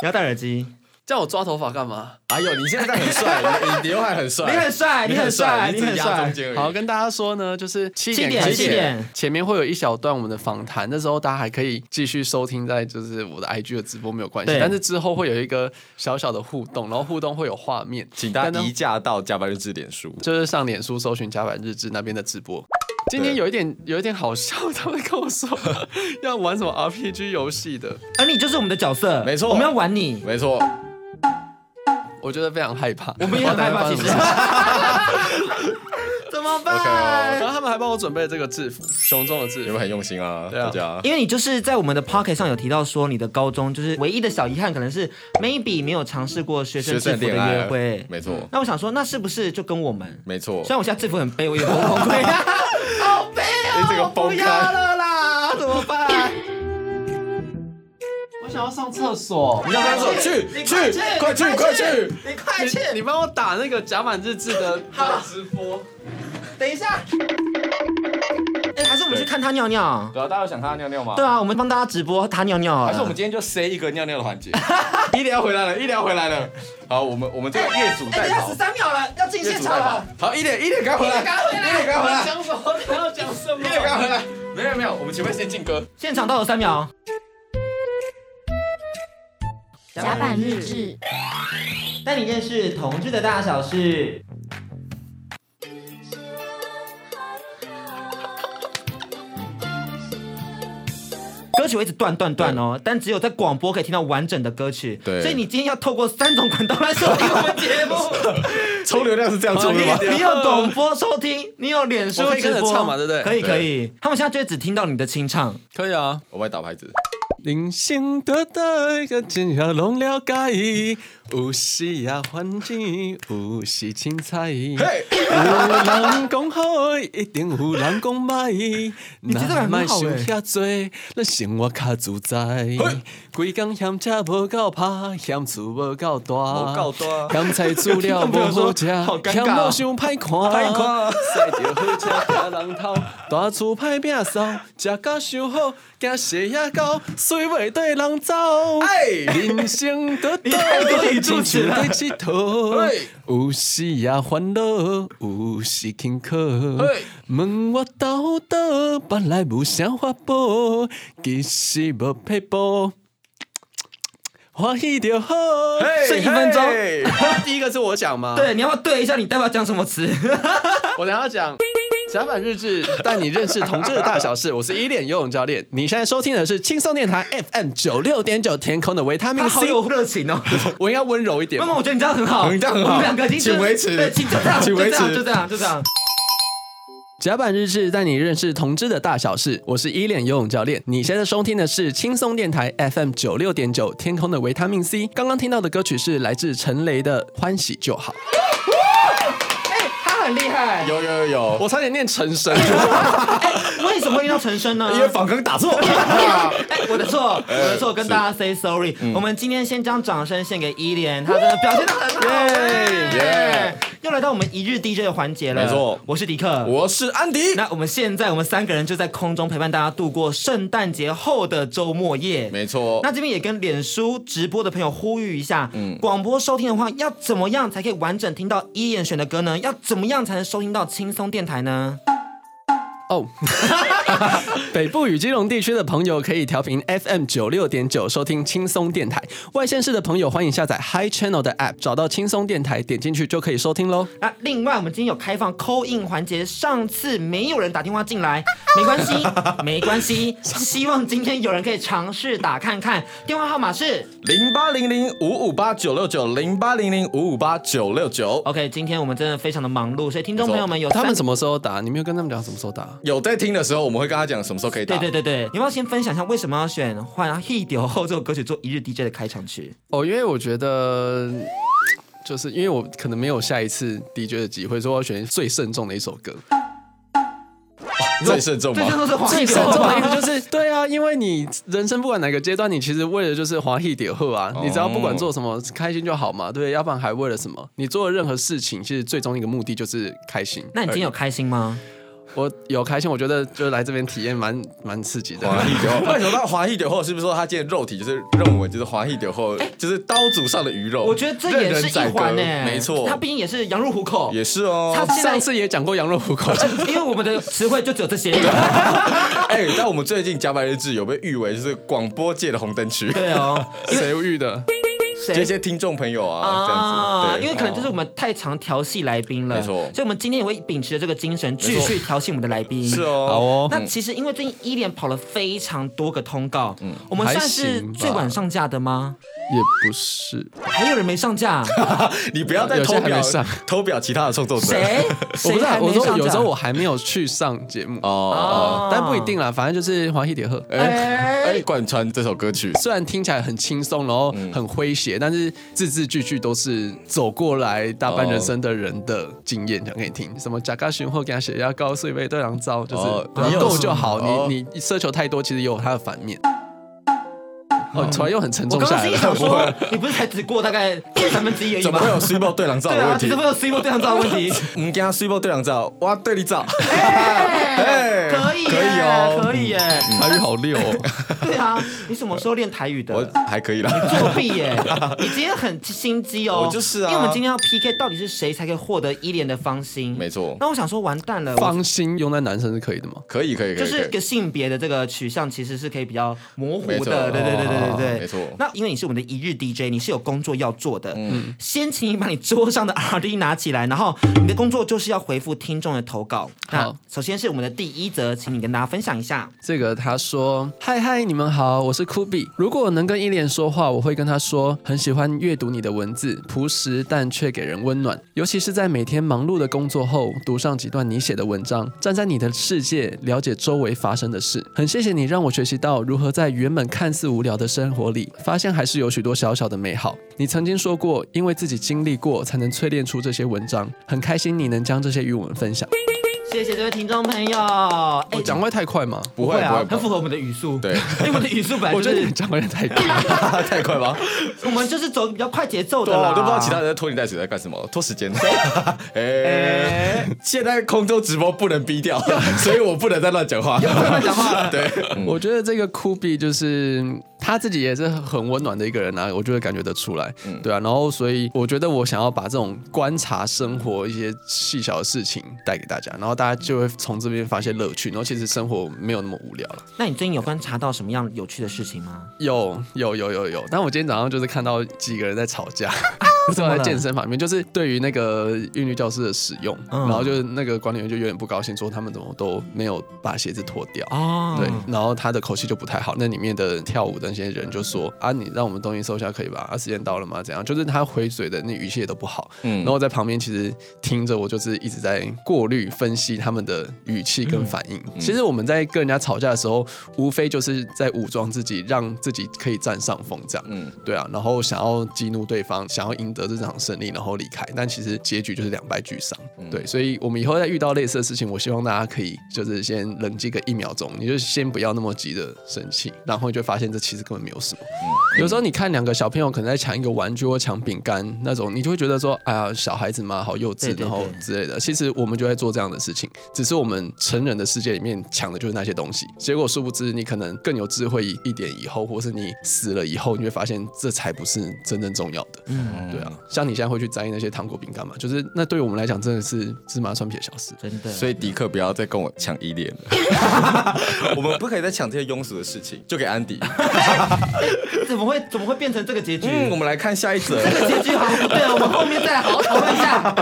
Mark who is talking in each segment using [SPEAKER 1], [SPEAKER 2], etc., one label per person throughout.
[SPEAKER 1] 不要戴耳机。
[SPEAKER 2] 叫我抓头发干嘛？
[SPEAKER 3] 哎呦，你现在很帅，你你刘海很帅，
[SPEAKER 1] 你很帅，
[SPEAKER 3] 你
[SPEAKER 1] 很帅，你
[SPEAKER 3] 你只
[SPEAKER 1] 很
[SPEAKER 3] 压
[SPEAKER 1] 帅
[SPEAKER 3] 中。间而已。
[SPEAKER 2] 好，跟大家说呢，就是七
[SPEAKER 1] 七
[SPEAKER 2] 点开
[SPEAKER 1] 点，
[SPEAKER 2] 始
[SPEAKER 1] 七点，
[SPEAKER 2] 前面会有一小段我们的访谈，那时候大家还可以继续收听在就是我的 IG 的直播没有关系，
[SPEAKER 1] 对
[SPEAKER 2] 但是之后会有一个小小的互动，然后互动会有画面，
[SPEAKER 3] 请大
[SPEAKER 2] 但
[SPEAKER 3] 家
[SPEAKER 2] 呢
[SPEAKER 3] 移驾到加班日志脸书。
[SPEAKER 2] 就是上脸书搜寻甲板日志那边的直播。今天有一点有一点好笑，他们跟我说 要玩什么 RPG 游戏的，
[SPEAKER 1] 而你就是我们的角色，
[SPEAKER 3] 没错嗯
[SPEAKER 1] 我们要玩你，
[SPEAKER 3] 没错，
[SPEAKER 2] 我觉得非常害怕。
[SPEAKER 1] 我们也很害怕，
[SPEAKER 2] 我
[SPEAKER 1] 其
[SPEAKER 2] 不
[SPEAKER 1] 实
[SPEAKER 2] 知道发生什么事。
[SPEAKER 1] 怎么
[SPEAKER 3] OK
[SPEAKER 1] 办？
[SPEAKER 2] 然后他们还帮我准备了这个制服，雄中的制
[SPEAKER 3] 有
[SPEAKER 2] 服
[SPEAKER 3] 没有。很用心啊？
[SPEAKER 2] 对啊
[SPEAKER 3] 大家
[SPEAKER 1] 因为你就是在我们的 pocket 上有提到说，你的高中就是唯一的小遗憾，可能是 maybe 没有尝试过学生
[SPEAKER 3] 学
[SPEAKER 1] 制
[SPEAKER 3] 生
[SPEAKER 1] 服的
[SPEAKER 3] 恋爱啊
[SPEAKER 1] 约会。
[SPEAKER 3] 没错，
[SPEAKER 1] 那我想说，那是不是就跟我们？
[SPEAKER 3] 没错
[SPEAKER 1] 虽。然我现在制服很卑，我有点崩 溃，好卑
[SPEAKER 3] 哎
[SPEAKER 1] 哦，
[SPEAKER 3] 这个
[SPEAKER 1] 不
[SPEAKER 3] 崩开
[SPEAKER 1] 要了啦，怎么办？
[SPEAKER 2] 我想要上厕所，
[SPEAKER 3] 你上厕所去
[SPEAKER 1] 你
[SPEAKER 3] 去，快去快去！
[SPEAKER 1] 你快去！
[SPEAKER 2] 你帮我打那个甲板日志的
[SPEAKER 1] 好
[SPEAKER 2] 直播。
[SPEAKER 1] 等一下。哎，还是我们去看他尿尿。
[SPEAKER 3] 对啊，大家有想看他尿尿吗
[SPEAKER 1] 对啊，我们帮大家直播他尿尿啊。
[SPEAKER 3] 还是我们今天就塞一个尿尿的 环节？医疗回来了，医疗回来了。好，我们我们这个业主代
[SPEAKER 1] 哎，等一下
[SPEAKER 3] 跑
[SPEAKER 1] 十，三秒了，要进
[SPEAKER 3] 业
[SPEAKER 1] 现
[SPEAKER 3] 主
[SPEAKER 1] 场
[SPEAKER 3] 代跑
[SPEAKER 1] 了。。
[SPEAKER 3] 好，一点一点赶快回来，一点赶快回来，
[SPEAKER 2] 什么？你要讲什
[SPEAKER 3] 一点赶快回来。没有没有，我们前面先进歌。
[SPEAKER 1] 现场倒数三秒。
[SPEAKER 4] 甲板日志。
[SPEAKER 1] 带你认识同志的大小事。歌曲会一直断断断哦，但只有在广播可以听到完整的歌曲。
[SPEAKER 3] 对
[SPEAKER 1] 所以你今天要透过三种管道来收听我们节目。
[SPEAKER 3] 抽流量是这样抽的吗？
[SPEAKER 1] 哦你有广播收听，你有脸书
[SPEAKER 2] 我可以跟
[SPEAKER 1] 直
[SPEAKER 2] 着
[SPEAKER 1] 播
[SPEAKER 2] 唱嘛对不对
[SPEAKER 1] 可以可以。他们现在就会只听到你的清唱。
[SPEAKER 2] 可以啊。
[SPEAKER 3] 我帮你打牌子。
[SPEAKER 2] 人生短短，个真要拢了解，有时也反正，有时凊彩。
[SPEAKER 3] 嘿，
[SPEAKER 2] 有人讲好，一定有人讲歹。你
[SPEAKER 1] 这个很好欸
[SPEAKER 2] 想遐多，咱生活较自在。规工嫌车无够拍，嫌厝无够大，
[SPEAKER 3] 无够 大
[SPEAKER 2] 嫌哦菜煮了无好食，
[SPEAKER 1] 好尴尬哦
[SPEAKER 2] 嫌某想歹看，
[SPEAKER 3] 歹看
[SPEAKER 2] 驶着好车惊人偷，大厝歹摒扫，食甲伤好，惊血压高，随袂缀人走。
[SPEAKER 3] 哎
[SPEAKER 2] 人生短短
[SPEAKER 1] 太多语，助词
[SPEAKER 2] 亲
[SPEAKER 1] 了
[SPEAKER 2] 像在佚佗
[SPEAKER 3] 嘿。
[SPEAKER 2] 有时也烦恼，有时轻巧。
[SPEAKER 3] 嘿
[SPEAKER 2] 问我到底捌来无啥法宝，其实无撇步，欢喜就好。
[SPEAKER 1] 剩一分钟
[SPEAKER 3] 嘿
[SPEAKER 2] 第一个是我讲吗？，
[SPEAKER 1] 对，你要不要对一下你代表讲什么 词？
[SPEAKER 2] 我等一下讲。甲板日志带你认识同志的大小事。我是依恋游泳教练，你现在收听的是轻松电台 FM 九六点九天空的维他
[SPEAKER 1] 他
[SPEAKER 2] 命
[SPEAKER 1] 好
[SPEAKER 2] C。
[SPEAKER 1] 有热情 哦。
[SPEAKER 2] 我应该温柔一点
[SPEAKER 1] 妈。妈，我觉得你这样很好，
[SPEAKER 3] 你这样很好
[SPEAKER 1] 我们两个已经就是
[SPEAKER 3] 请维持
[SPEAKER 1] 对，请就这样，
[SPEAKER 3] 请维持
[SPEAKER 1] 就这样就这样，就这样。
[SPEAKER 2] 甲板日志带你认识同志的大小事。我是依恋游泳教练，你现在收听的是轻松电台 FM 九六点九天空的维他命 C。刚刚听到的歌曲是来自陈雷的《欢喜就好》，
[SPEAKER 1] 哎，他很厉害。
[SPEAKER 3] 有有有有，
[SPEAKER 2] 我差点念陈 升。
[SPEAKER 1] 为什么会遇到陈升呢？
[SPEAKER 3] 因为仿刚打错。
[SPEAKER 1] 哎，我的 错，我的错，跟大家 say sorry。我
[SPEAKER 3] 嗯
[SPEAKER 1] 们今天先将掌声献给伊莲，她真的表现的很好。
[SPEAKER 3] 耶
[SPEAKER 1] 耶
[SPEAKER 3] 耶！
[SPEAKER 1] 又来到我们一日 DJ 的环节了。
[SPEAKER 3] 没错
[SPEAKER 1] 我是迪克，
[SPEAKER 3] 我是安迪。
[SPEAKER 1] 那我们现在，我们三个人就在空中陪伴大家度过圣诞节后的周末夜。
[SPEAKER 3] 没错
[SPEAKER 1] 那这边也跟脸书直播的朋友呼吁一下，
[SPEAKER 2] 嗯
[SPEAKER 1] 广播收听的话，要怎么样才可以完整听到一眼选的歌呢？要怎么样才能收听到轻松电台呢？
[SPEAKER 2] 哦， 北部与基隆地区的朋友可以调频 FM 九六点九收听轻松电台，外县市的朋友欢迎下载 Hi Channel 的 App，找到轻松电台，点进去就可以收听喽。
[SPEAKER 1] 那啊另外，我们今天有开放扣印环节，上次没有人打电话进来，没关 系，没关系，希望今天有人可以尝试打看看，电话号码是。
[SPEAKER 3] 零八零零五五八九六九零八零零五五八九六九，
[SPEAKER 1] OK，今天我们真的非常的忙碌，所以听众朋友们有
[SPEAKER 2] 他
[SPEAKER 1] 三
[SPEAKER 2] 们什么时候打？你没有跟他们讲什么时候打？
[SPEAKER 3] 有在听的时候，我们会跟他讲什么时候可以打。
[SPEAKER 1] 对对对对，你要不要先分享一下为什么要选《换 He 丢后》这首歌曲做一日 DJ 的开场曲？
[SPEAKER 2] 哦，因为我觉得。 就是因为我可能没有下一次 DJ 的机会，所以我要选最慎重的一首歌。
[SPEAKER 3] 最慎重
[SPEAKER 1] 这
[SPEAKER 3] 吗？
[SPEAKER 1] 都是黄
[SPEAKER 2] 最
[SPEAKER 1] 一
[SPEAKER 2] 慎
[SPEAKER 1] 丢
[SPEAKER 2] 重
[SPEAKER 1] 后啊
[SPEAKER 2] 的
[SPEAKER 1] 吧
[SPEAKER 2] 一个就是，对啊，因为你人生不管哪个阶段，你其实为了就是华裔点喝啊，你只要不管做什么，开心就好嘛，对，要不然还为了什么？你做的任何事情，其实最终一个目的就是开心。
[SPEAKER 1] 那你今天有开心吗？
[SPEAKER 2] 而已我有开心，我觉得就来这边体验蛮蛮刺激的。
[SPEAKER 3] 华裔酒后，为什么到华裔酒后？是不是说他今天肉体就是认为就是华裔酒后，就是刀俎上的鱼肉？
[SPEAKER 1] 哎我觉得这也
[SPEAKER 3] 任
[SPEAKER 1] 是
[SPEAKER 3] 人
[SPEAKER 1] 一
[SPEAKER 3] 宰割
[SPEAKER 1] 环呢，
[SPEAKER 3] 没错
[SPEAKER 1] 他，毕竟也是羊入虎口，
[SPEAKER 3] 也是哦。
[SPEAKER 1] 他现在
[SPEAKER 2] 上次也讲过羊肉 虎口，
[SPEAKER 1] 因为我们的词汇就只有这些。
[SPEAKER 3] 哎，但我们最近《甲板日志》有被誉为就是广播界的红灯区，
[SPEAKER 1] 对哦，
[SPEAKER 2] 谁遇的？
[SPEAKER 3] 这
[SPEAKER 1] 谁
[SPEAKER 3] 些听众朋友啊，这样
[SPEAKER 1] 啊？
[SPEAKER 3] 子，对
[SPEAKER 1] 因为可能就是我们太常调戏来宾了，
[SPEAKER 3] 没错
[SPEAKER 1] 所以我们今天也会秉持着这个精神继
[SPEAKER 3] 错
[SPEAKER 1] 续调戏我们的来宾。
[SPEAKER 3] 是
[SPEAKER 2] 好
[SPEAKER 3] 哦，
[SPEAKER 2] 哦，
[SPEAKER 1] 那其实因为最近一连跑了非常多个通告，我们
[SPEAKER 2] 还
[SPEAKER 1] 算是
[SPEAKER 2] 行吧
[SPEAKER 1] 最晚上架的吗？
[SPEAKER 2] 也不是，
[SPEAKER 1] 还有人没上架？
[SPEAKER 3] 你不要再
[SPEAKER 2] 有些
[SPEAKER 3] 偷
[SPEAKER 2] 还没
[SPEAKER 3] 表
[SPEAKER 2] 上
[SPEAKER 3] 偷表其他的创作者。
[SPEAKER 1] 谁？
[SPEAKER 2] 我不
[SPEAKER 1] 谁
[SPEAKER 2] 知道
[SPEAKER 1] 还。
[SPEAKER 2] 我
[SPEAKER 1] 没
[SPEAKER 2] 说
[SPEAKER 1] 上架？
[SPEAKER 2] 有时候我还没有去上节目，
[SPEAKER 3] 哦，
[SPEAKER 2] 但不一定啦，反正就是华裔蝶鹤。
[SPEAKER 3] 哎哎，贯穿这首歌曲，
[SPEAKER 2] 虽然听起来很轻松，然后
[SPEAKER 3] 嗯
[SPEAKER 2] 很诙谐，但是字字句句都是走过来大半人生的人的经验，讲给你听。什么甲嘎寻后给他写要高所以被对狼糟，就是
[SPEAKER 3] 哦
[SPEAKER 2] 对啊
[SPEAKER 3] 你有
[SPEAKER 2] 够
[SPEAKER 3] 什
[SPEAKER 2] 就
[SPEAKER 3] 么
[SPEAKER 2] 好。
[SPEAKER 3] 哦
[SPEAKER 2] 你你奢求太多，其实也有它的反面。哦，
[SPEAKER 3] 嗯
[SPEAKER 2] 突然又很沉
[SPEAKER 1] 我
[SPEAKER 2] 重
[SPEAKER 1] 刚
[SPEAKER 2] 下
[SPEAKER 1] 刚心
[SPEAKER 2] 来
[SPEAKER 1] 里
[SPEAKER 2] 了
[SPEAKER 1] 想。 说，你不是才只过大概三分之一而已
[SPEAKER 3] 怎么
[SPEAKER 1] 吗？
[SPEAKER 3] 会有 s u p e 对狼照
[SPEAKER 1] 哎对
[SPEAKER 3] 的
[SPEAKER 1] 啊，
[SPEAKER 3] 问
[SPEAKER 1] 其
[SPEAKER 3] 题
[SPEAKER 1] 实？会有 C 波对象照的问 题。
[SPEAKER 3] 我们跟他 s u p e 对狼照，哇，对你照， 哎
[SPEAKER 1] 可以耶，啊
[SPEAKER 3] 可以哦，
[SPEAKER 1] 可以耶。
[SPEAKER 2] 台语好溜 哦，
[SPEAKER 1] 对啊，你什么时候练台语的？
[SPEAKER 3] 我还可以啦。
[SPEAKER 1] 作弊耶！你今天很心机哦，
[SPEAKER 3] 我就是啊
[SPEAKER 1] 因为我们今天要 PK，到底是谁才可以获得一连的芳心？
[SPEAKER 3] 没错
[SPEAKER 1] 那我想说，完蛋了，我
[SPEAKER 2] 芳心用在男生是可以的吗？
[SPEAKER 3] 可以可以可
[SPEAKER 1] 就
[SPEAKER 3] 以，可
[SPEAKER 1] 是
[SPEAKER 3] 以
[SPEAKER 1] 个性别的这个取向，其实是可以比较模糊
[SPEAKER 3] 没错哦
[SPEAKER 1] 的。对对对对对对，
[SPEAKER 3] 没错
[SPEAKER 1] 那因为你是我们的一日 DJ，你是有工作要做的。嗯，先请你把你桌上的 RD 拿起来，然后你的工作就是要回复听众的投稿。那
[SPEAKER 2] 好
[SPEAKER 1] 首先是我们的第一则，请你跟大家分享一下。
[SPEAKER 2] 这个他说：“嗨嗨，你们好，我是酷比。如果我能跟伊莲说话，我会跟他说，很喜欢阅读你的文字，朴实但却给人温暖。尤其是在每天忙碌的工作后，读上几段你写的文章，站在你的世界，了解周围发生的事。很谢谢你让我学习到如何在原本看似无聊的生活里，发现还是有许多小小的美好。你曾经说过，因为自己经历过，才能淬炼出这些文章。很开心你能将这些与我们分享。
[SPEAKER 1] 谢谢这位听众朋友。哎
[SPEAKER 2] 我讲话太快吗？
[SPEAKER 3] 哦不会
[SPEAKER 1] 啊，
[SPEAKER 3] 不
[SPEAKER 1] 很符
[SPEAKER 3] 会，
[SPEAKER 1] 合我们的语速。
[SPEAKER 3] 对
[SPEAKER 1] 因为我们的语速本来
[SPEAKER 2] 我
[SPEAKER 1] 就
[SPEAKER 2] 觉得
[SPEAKER 1] 是
[SPEAKER 2] 你讲话有点太快了。”
[SPEAKER 3] 太快吧？
[SPEAKER 1] 我们就是走比较快节奏的
[SPEAKER 3] 对啊，
[SPEAKER 1] 啦，
[SPEAKER 3] 我都不知道其他人在拖泥带水在干什么，拖时间。 哎，
[SPEAKER 1] 哎。
[SPEAKER 3] 现在空中直播不能逼掉， 所以我不能再乱讲话。
[SPEAKER 1] 乱讲话了，
[SPEAKER 3] 对，嗯
[SPEAKER 2] 我觉得这个酷比就是嗯他自己也是很温暖的一个人啊，我就会感觉得出来，对啊。然后所以我觉得我想要把这种观察生活一些细小的事情带给大家，然后大家就会从这边发现乐趣，然后其实生活没有那么无聊了。
[SPEAKER 1] 那你最近有观察到什么样有趣的事情吗？
[SPEAKER 2] 有有有有有，但我今天早上就是看到几个人在吵架。
[SPEAKER 1] 怎
[SPEAKER 2] 坐
[SPEAKER 1] 么
[SPEAKER 2] 在
[SPEAKER 1] 了
[SPEAKER 2] 健身房里面，就是对于那个韵律教室的使用，
[SPEAKER 1] 嗯
[SPEAKER 2] 然后就是那个管理员就有点不高兴，说他们怎么都没有把鞋子脱掉。
[SPEAKER 1] 哦，
[SPEAKER 2] 对，然后他的口气就不太好。那里面的跳舞的那些人就说：“啊，你让我们东西收下可以吧？啊，时间到了吗？怎样？”就是他回嘴的那语气也都不好。
[SPEAKER 3] 嗯
[SPEAKER 2] 然后我在旁边其实听着，我就是一直在过滤、分析他们的语气跟反应。其实我们在跟人家吵架的时候，无非就是在武装自己，让自己可以占上风，这样。
[SPEAKER 3] 嗯
[SPEAKER 2] 对啊，然后想要激怒对方，想要赢得这场胜利，然后离开，但其实结局就是两败俱伤。对，所以我们以后再遇到类似的事情，我希望大家可以就是先冷静个一秒钟，你就先不要那么急的生气，然后你就发现这其实根本没有什么。有时候你看两个小朋友可能在抢一个玩具或抢饼干那种，你就会觉得说，哎呀，小孩子嘛，好幼稚，
[SPEAKER 1] 对对
[SPEAKER 2] 然后
[SPEAKER 1] 对
[SPEAKER 2] 之类的。其实我们就在做这样的事情，只是我们成人的世界里面抢的就是那些东西。结果殊不知，你可能更有智慧一点以后，或是你死了以后，你会发现这才不是真正重要的。嗯，对啊，像你现在会去在意那些糖果饼干嘛，就是那对我们来讲真的是芝麻蒜皮的小事。
[SPEAKER 1] 真的，
[SPEAKER 3] 所以迪克不要再跟我抢依恋了， 我们不可以再抢这些庸俗的事情，就给安迪。
[SPEAKER 1] 怎么会怎么会变成这个结局？
[SPEAKER 3] 嗯，我们来看下一 则。
[SPEAKER 1] 这个结局好像不对，啊我们后面再来好好讨论一下。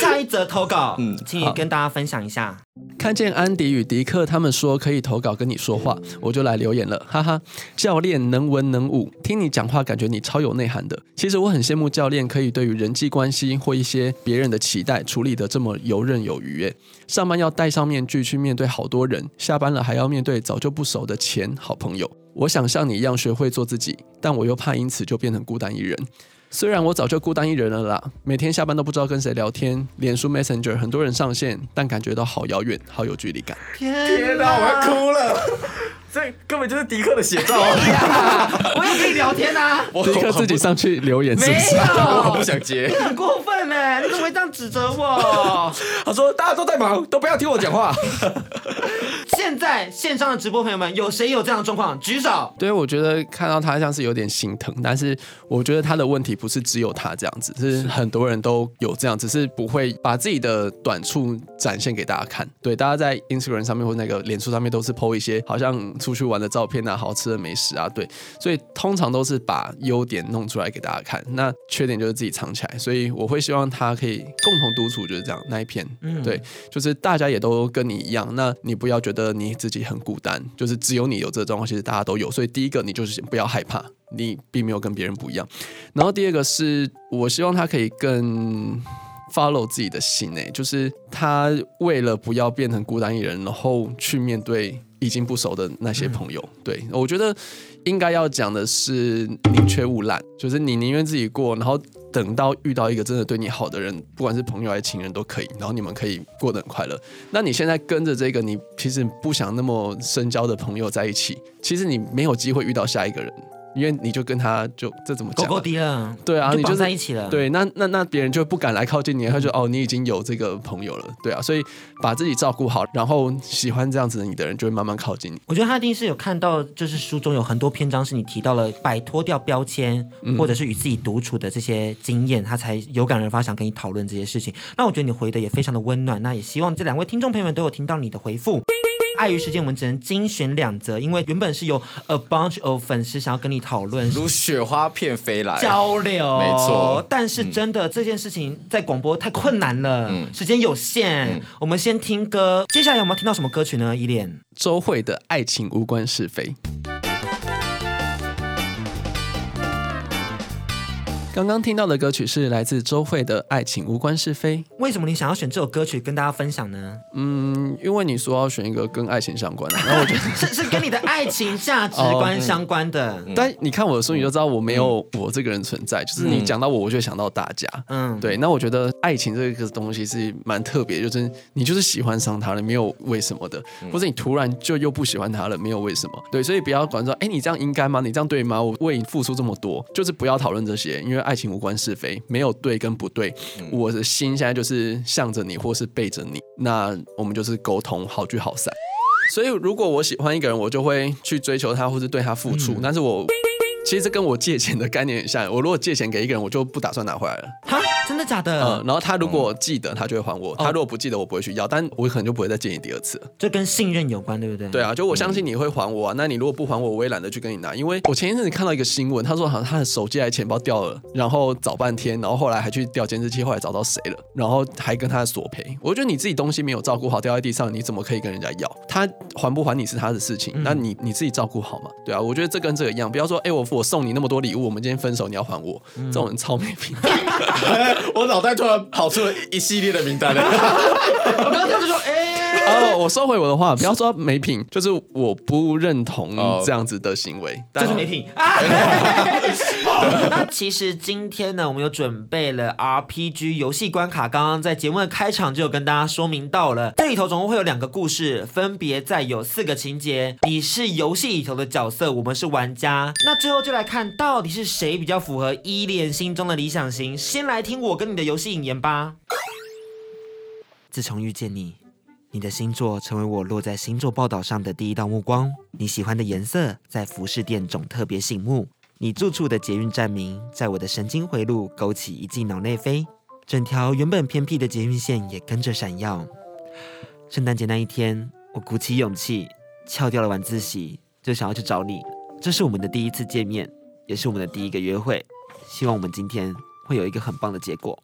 [SPEAKER 1] 下一则投稿，请你跟大家分享一下。
[SPEAKER 2] 看见安迪与迪克他们说可以投稿跟你说话，我就来留言了，哈哈。教练能文能武，听你讲话感觉你超有内涵的。其实我很羡慕教练可以对于人际关系或一些别人的期待处理得这么游刃有余。诶，上班要戴上面具去面对好多人，下班了还要面对早就不熟的前好朋友。我想像你一样学会做自己，但我又怕因此就变成孤单一人。虽然我早就孤单一人了啦，每天下班都不知道跟谁聊天，脸书 Messenger 很多人上线，但感觉到好遥远，好有距离感。
[SPEAKER 1] 天
[SPEAKER 3] 天哪，我要哭了！这根本就是迪克的写照啊。
[SPEAKER 1] 我也可以聊天啊。
[SPEAKER 3] 我
[SPEAKER 2] 迪克自己上去留言是不是？
[SPEAKER 3] 我不
[SPEAKER 1] 没
[SPEAKER 3] 想接。
[SPEAKER 1] 有，很过分哎！你怎么会这样指责我？
[SPEAKER 3] 他说大家都在忙，都不要听我讲话。
[SPEAKER 1] 现在线上的直播朋友们，有谁有这样的状况？举手。
[SPEAKER 2] 对，我觉得看到他像是有点心疼，但是我觉得他的问题不是只有他这样子，是很多人都有这样，只是不会把自己的短处展现给大家看。对，大家在 Instagram 上面或那个脸书上面都是 PO 一些好像出去玩的照片啊、好吃的美食啊，对，所以通常都是把优点弄出来给大家看，那缺点就是自己藏起来。所以我会希望他可以共同独处，就是这样那一篇，
[SPEAKER 1] 嗯
[SPEAKER 2] 对，就是大家也都跟你一样，那你不要觉得你自己很孤单，就是只有你有这个状况，其实大家都有。所以第一个，你就是先不要害怕，你并没有跟别人不一样。然后第二个是，我希望他可以更 follow 自己的心诶、就是他为了不要变成孤单一人，然后去面对已经不熟的那些朋友。
[SPEAKER 1] 嗯
[SPEAKER 2] 对，我觉得应该要讲的是宁缺毋滥，就是你宁愿自己过，然后等到遇到一个真的对你好的人，不管是朋友还是情人都可以，然后你们可以过得很快乐。那你现在跟着这个你其实不想那么深交的朋友在一起，其实你没有机会遇到下一个人。因为你就跟他就这怎么
[SPEAKER 1] 狗
[SPEAKER 2] 讲啊？
[SPEAKER 1] 狗敌了，
[SPEAKER 2] 对啊，
[SPEAKER 1] 就
[SPEAKER 2] 你
[SPEAKER 1] 绑
[SPEAKER 2] 就是
[SPEAKER 1] 在一起了。，
[SPEAKER 2] 对，那那那别人就不敢来靠近你，他就哦，你已经有这个朋友了，对啊，所以把自己照顾好，然后喜欢这样子的你的人就会慢慢靠近你。
[SPEAKER 1] 我觉得他一定是有看到，就是书中有很多篇章是你提到了摆脱掉标签，
[SPEAKER 3] 嗯
[SPEAKER 1] 或者是与自己独处的这些经验，他才有感而发想跟你讨论这些事情。那我觉得你回的也非常的温暖，那也希望这两位听众朋友们都有听到你的回
[SPEAKER 3] 嗯
[SPEAKER 1] 复。碍于时间，我们只能精选两则，因为原本是有 a bunch of 粉丝想要跟你讨论
[SPEAKER 3] 如雪花片飞来，
[SPEAKER 1] 交流，
[SPEAKER 3] 哎没错嗯
[SPEAKER 1] 但是真的、这件事情在广播太困难了，时间有限、
[SPEAKER 3] 嗯
[SPEAKER 1] 我们先听歌，接下来有没有听到什么歌曲呢？依恋，
[SPEAKER 2] 周慧的爱情无关是非。刚刚听到的歌曲是来自周慧的《爱情无关是非》。
[SPEAKER 1] 为什么你想要选这首歌曲跟大家分享呢？
[SPEAKER 2] 嗯，因为你说要选一个跟爱情相关的，然后我觉 得，哦嗯
[SPEAKER 1] 是是跟你的爱情价值 观相关的，
[SPEAKER 2] 但你看我的书，你就知道我没有我这个人存在，就是你讲到我，我就会想到大家。
[SPEAKER 1] 嗯，
[SPEAKER 2] 对，那我觉得爱情这个东西是蛮特别，就是你就是喜欢上他了，没有为什么的，或者你突然就又不喜欢他了，没有为什么。对，所以不要管说，哎，你这样应该吗？你这样对吗？我为你付出这么多，就是不要讨论这些，因为爱情无关是非，没有对跟不对。我的心现在就是向着你，或是背着你，那我们就是沟通，好聚好散。所以如果我喜欢一个人，我就会去追求他，或是对他付出，但是我。其实这跟我借钱的概念很像，我如果借钱给一个人，我就不打算拿回来了。
[SPEAKER 1] 哈，真的假的？
[SPEAKER 2] 嗯，哦然后他如果记得，他就会还我；他如果不记得，我不会去要，但我可能就不会再借你第二次了。
[SPEAKER 1] 这跟信任有关，对不对？
[SPEAKER 2] 对，啊，就我相信你会还我啊。那你如果不还我，我也懒得去跟你拿，因为我前一阵子看到一个新闻，他说好像他的手机还钱包掉了，然后找半天，然后后来还去调监视器，后来找到谁了，然后还跟他索赔。我觉得你自己东西没有照顾好，掉在地上，你怎么可以跟人家要？他还不还你是他的事情，那你你自己照顾好嘛？对啊，我觉得这跟这个一样，不要说哎、我我送你那么多礼物，我们今天分手你要还我，这种人超没品。
[SPEAKER 3] 我脑袋突然跑出了一系列的名单了。
[SPEAKER 1] 我刚刚就说，哎、
[SPEAKER 2] 哦，我收回我的话，不要说没品，就是我不认同
[SPEAKER 3] 哦
[SPEAKER 2] 这样子的行为。但
[SPEAKER 1] 就是没品啊！ 那其实今天呢，我们有准备了 RPG 游戏关卡，刚刚在节目的开场就有跟大家说明到了。这里头总共会有两个故事，分别在有四个情节。你是游戏里头的角色，我们是玩家。那最后就来看到底是谁比较符合依恋心中的理想型。先来听我跟你的游戏引言吧。自从遇见你，你的星座成为我落在星座报道上的第一道目光。你喜欢的颜色在服饰店总特别醒目。你住处的捷运站名在我的神经回路勾起一记脑内飞，整条原本偏僻的捷运线也跟着闪耀。圣诞节那一天，我鼓起勇气，翘掉了晚自习，就想要去找你。这是我们的第一次见面，也是我们的第一个约会。希望我们今天会有一个很棒的结果。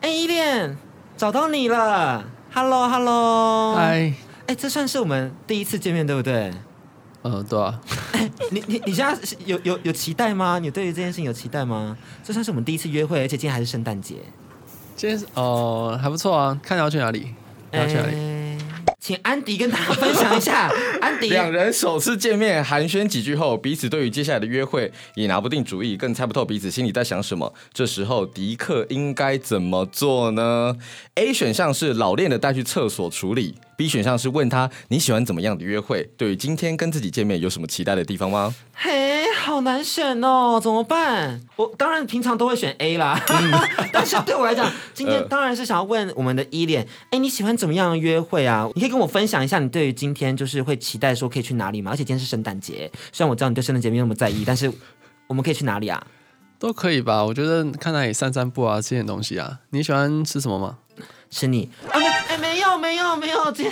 [SPEAKER 1] 哎，依恋，找到你了！Hello Hello，
[SPEAKER 2] 嗨，
[SPEAKER 1] 哎，这算是我们第一次见面，对不对？
[SPEAKER 2] 嗯，对啊，
[SPEAKER 1] 你你你现在是有有有期待吗？你对于这件事情有期待吗？这算是我们第一次约会，而且今天还是圣诞节。
[SPEAKER 2] 今天是哦
[SPEAKER 3] 哎
[SPEAKER 2] 还不错啊，看你要去哪里，你要去哪里？
[SPEAKER 1] 哎请安迪跟大家分享一下，安迪
[SPEAKER 3] 两人首次见面寒暄几句后，彼此对于接下来的约会也拿不定主意，更猜不透彼此心里在想什么。这时候，迪克应该怎么做呢？A 选项是老练的带去厕所处理，B 选项是问他你喜欢怎么样的约会，对于今天跟自己见面有什么期待的地方吗？
[SPEAKER 1] 嘿，好难选哦，怎么办？我当然平常都会选 A 啦，
[SPEAKER 3] 嗯
[SPEAKER 1] 但是对我来讲，今天当然是想要问我们的依恋，哎、你喜欢怎么样的约会啊？你可以跟我分享一下你对于今天就是会期待说可以去哪里吗？而且今天是圣诞节，虽然我知道你对圣诞节没有那么在意，但是我们可以去哪里啊？
[SPEAKER 2] 都可以吧？我觉得看那里散散步啊，吃点东西啊。你喜欢吃什么吗？
[SPEAKER 1] 是你啊？没，哎，没有，没有，没有，这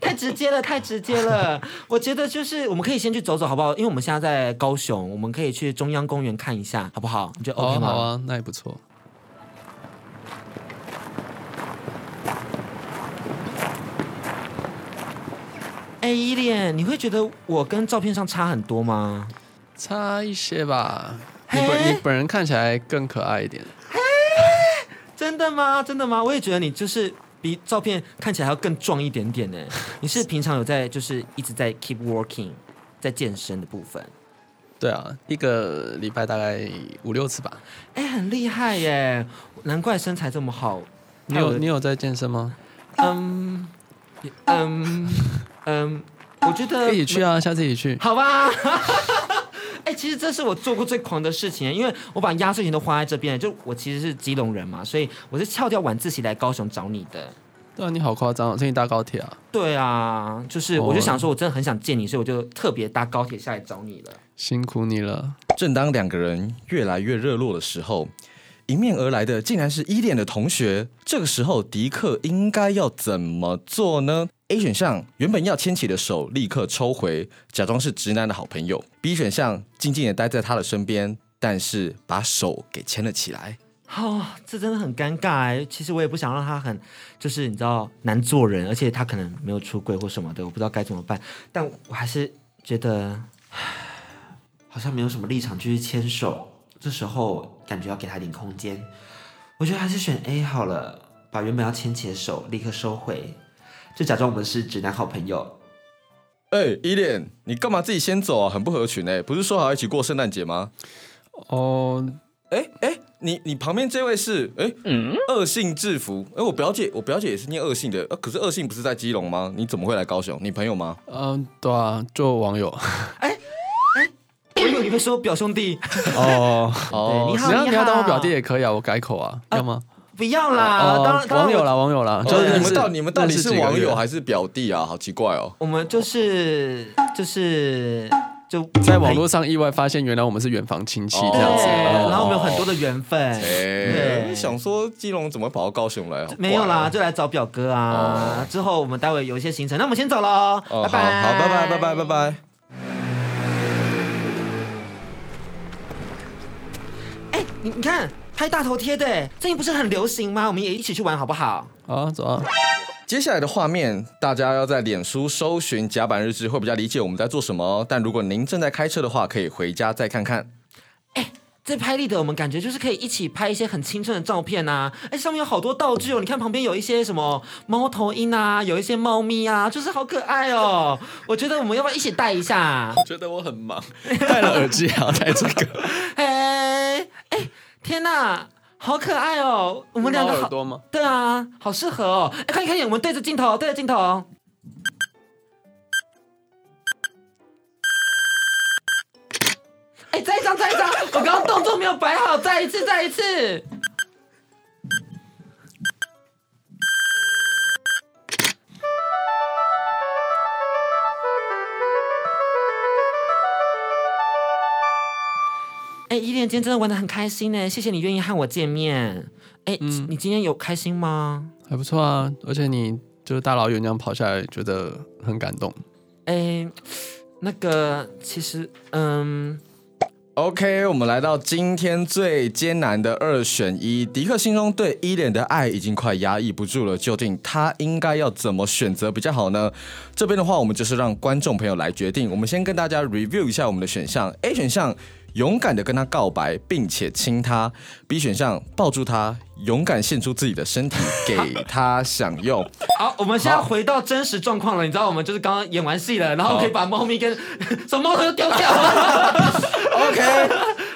[SPEAKER 1] 太直接了，太直接了。我觉得就是我们可以先去走走，好不好？因为我们现在在高雄，我们可以去中央公园看一下，好不好？你觉得 OK
[SPEAKER 2] 哦，
[SPEAKER 1] 吗？
[SPEAKER 2] 好啊，那也不错。
[SPEAKER 1] 哎，依恋，你会觉得我跟照片上差很多吗？
[SPEAKER 2] 差一些吧。你
[SPEAKER 1] 嘿
[SPEAKER 2] 本你本人看起来更可爱一点，
[SPEAKER 1] 真的吗？真的吗？我也觉得你就是比照片看起来还要更壮一点点呢。你是平常有在就是一直在 keep working，在健身的部分，
[SPEAKER 2] 对啊，一个礼拜大概五六次吧。
[SPEAKER 1] 哎，很厉害耶，难怪身材这么好。
[SPEAKER 2] 你
[SPEAKER 1] 害我
[SPEAKER 2] 有你有在健身吗？
[SPEAKER 1] 嗯嗯嗯，我觉得
[SPEAKER 2] 可以去啊，下次一起去。
[SPEAKER 1] 好吧。 哎、其实这是我做过最狂的事情，因为我把压岁钱都花在这边了。就我其实是基隆人嘛，所以我是翘掉晚自习来高雄找你的。
[SPEAKER 2] 对啊，你好夸张哦，最近搭高铁啊。
[SPEAKER 1] 对啊，就是
[SPEAKER 2] 哦
[SPEAKER 1] 我就想说，我真的很想见你，所以我就特别搭高铁下来找你了。
[SPEAKER 2] 辛苦你了，
[SPEAKER 3] 正当两个人越来越热络的时候，迎面而来的竟然是依恋的同学。这个时候，迪克应该要怎么做呢？A 选项原本要牵起的手立刻抽回，假装是直男的好朋友；B 选项静静的待在他的身边，但是把手给牵了起来。
[SPEAKER 1] 哦，这真的很尴尬哎。其实我也不想让他很，就是你知道难做人，而且他可能没有出柜或什么的，我不知道该怎么办。但我还是觉得，唉好像没有什么立场继续牵手。这时候感觉要给他一点空间，我觉得还是选 A 好了，把原本要牵起的手立刻收回，就假装我们是直男好朋
[SPEAKER 2] 哦
[SPEAKER 1] 友。
[SPEAKER 3] 哎、依恋，你干嘛自己先走啊？很不合群哎、不是说好一起过圣诞节吗？
[SPEAKER 2] 哦，
[SPEAKER 3] 哎、哎、你你旁边这位是哎、
[SPEAKER 2] 嗯
[SPEAKER 3] 恶性制服哎、我表姐我表姐也是念恶性的，呃、可是恶性不是在基隆吗？你怎么会来高雄？你朋友吗？
[SPEAKER 2] 嗯，对啊，做网友
[SPEAKER 1] 我以为哎你会说表兄弟，
[SPEAKER 2] 哦。
[SPEAKER 1] 对你好
[SPEAKER 2] 你要
[SPEAKER 1] 你
[SPEAKER 2] 你要当我
[SPEAKER 1] 好
[SPEAKER 2] 表弟也可以啊，我改口啊，要吗？
[SPEAKER 1] 不要啦，啊当
[SPEAKER 2] 哦
[SPEAKER 1] 然，当然
[SPEAKER 2] 网友
[SPEAKER 1] 我
[SPEAKER 2] 啦，网友啦，就
[SPEAKER 3] 就是是
[SPEAKER 2] 认
[SPEAKER 3] 你
[SPEAKER 2] 识
[SPEAKER 3] 们到你们到底是网友？
[SPEAKER 2] 哦认识几个月
[SPEAKER 3] 还是表弟啊？好奇怪哦。
[SPEAKER 1] 我们就是就是就
[SPEAKER 2] 在网络上意外发现，原来我们是远房亲戚这样子。
[SPEAKER 1] 对，
[SPEAKER 3] 哦
[SPEAKER 1] 然后我们有很多的缘分，
[SPEAKER 3] 哎、想说基隆怎么跑到高雄来？好怪哦
[SPEAKER 1] 没有啦，，就来找表哥啊。之后我们待会有一些行程，那我们先走喽，
[SPEAKER 3] 哦，
[SPEAKER 1] 拜拜，
[SPEAKER 3] 好，好，拜拜，拜拜，拜。拜。
[SPEAKER 1] 哎，你你看。拍大头贴的，最近不是很流行吗？我们也一起去玩好不好？
[SPEAKER 2] 好啊，走啊。
[SPEAKER 3] 接下来的画面，大家要在脸书搜寻“甲板日志”，会比较理解我们在做什么哦。但如果您正在开车的话，可以回家再看看。
[SPEAKER 1] 在拍立得，我们感觉就是可以一起拍一些很青春的照片呐、啊。哎，上面有好多道具哦，你看旁边有一些什么猫头鹰啊，有一些猫咪啊，就是好可爱哦。我觉得我们要不要一起带一下？啊
[SPEAKER 2] 觉得我很忙，戴了耳机还要戴这个，
[SPEAKER 1] 哎哎，天哪，好可爱哦！ 我们两个
[SPEAKER 2] 猫耳
[SPEAKER 1] 好，
[SPEAKER 2] 朵吗？
[SPEAKER 1] 对啊，好适合哦。哎，看一看，我们对着镜头，对着镜头。哎，再一张，再一张，我刚刚动作没有摆好，再一次，再一次。哎，依恋，今天真的玩的很开心呢，谢谢你愿意和我见面。哎、
[SPEAKER 3] 嗯
[SPEAKER 1] 你今天有开心吗？
[SPEAKER 2] 还不错啊，而且你就是大老远这样跑下来，觉得很感动。
[SPEAKER 1] 哎，那个，其实，嗯，
[SPEAKER 3] OK，我们来到今天最艰难的二选一。迪克心中对伊莲的爱已经快压抑不住了，究竟他应该要怎么选择比较好呢？这边的话，我们就是让观众朋友来决定。我们先跟大家 review 一下我们的选项。A 选项勇敢的跟他告白，并且亲他；B 选项抱住他，勇敢献出自己的身体给他享 用。
[SPEAKER 1] 好，我们现在回到真实状况了。你知道，我们就是刚刚演完戏了，然后可以把猫咪跟 什么猫头鹰丢掉 了。
[SPEAKER 3] OK，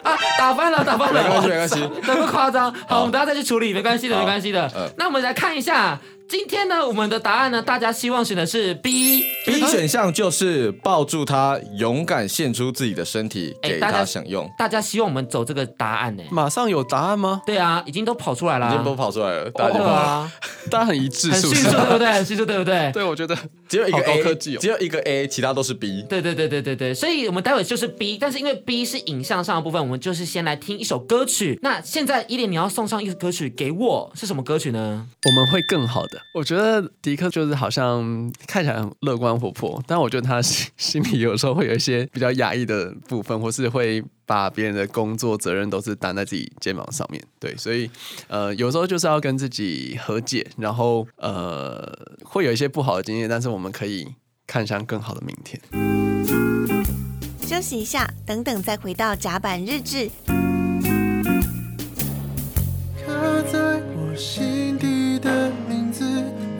[SPEAKER 1] 啊，打翻了，打翻了，
[SPEAKER 3] 没关系没关 系
[SPEAKER 1] 这么夸张。好，我们等下再去处理，没关系的，
[SPEAKER 3] 好
[SPEAKER 1] 没关系的
[SPEAKER 3] 呃。
[SPEAKER 1] 那我们来看一下，今天呢，我们的答案呢，大家希望选的是 B。呃
[SPEAKER 3] B 选项就是抱住他，勇敢献出自己的身体
[SPEAKER 1] 哎
[SPEAKER 3] 给
[SPEAKER 1] 大家
[SPEAKER 3] 他享用。
[SPEAKER 1] 大家希望我们走这个答案呢？
[SPEAKER 2] 马上有答案 吗？
[SPEAKER 1] 对啊，已经都跑出来了
[SPEAKER 3] 已经
[SPEAKER 1] 啊。
[SPEAKER 3] 都跑出来了，大家
[SPEAKER 1] 对
[SPEAKER 3] 就跑了。
[SPEAKER 1] 啊，
[SPEAKER 2] 大家很一致，
[SPEAKER 1] 很
[SPEAKER 2] 是不
[SPEAKER 1] 迅
[SPEAKER 2] 是
[SPEAKER 1] 速，？对不对？很迅速，对不对？
[SPEAKER 2] 对，我觉得
[SPEAKER 3] 只有一个
[SPEAKER 2] 好
[SPEAKER 3] A，
[SPEAKER 2] 高科技哦
[SPEAKER 3] 只有一个 A，其他都是 B。
[SPEAKER 1] 对对对对对对，所以我们待会就是 B，但是因为 B 是影像上的部分，我们就是先来听一首歌曲。那现在依莲你要送上一首歌曲给我，是什么歌曲呢？
[SPEAKER 2] 我们会更好的。 我觉得迪克就是好像看起来很乐观活泼，但我觉得他 心心里有时候会有一些比较压抑的部分，或是会把别人的工作责任都是担在自己肩膀上面。对，所以呃，有时候就是要跟自己和解，然后呃，会有一些不好的经验，但是我们可以看向更好的明天。
[SPEAKER 5] 休息一下，等等再回到甲板日志。
[SPEAKER 6] 刻在我心底的名字，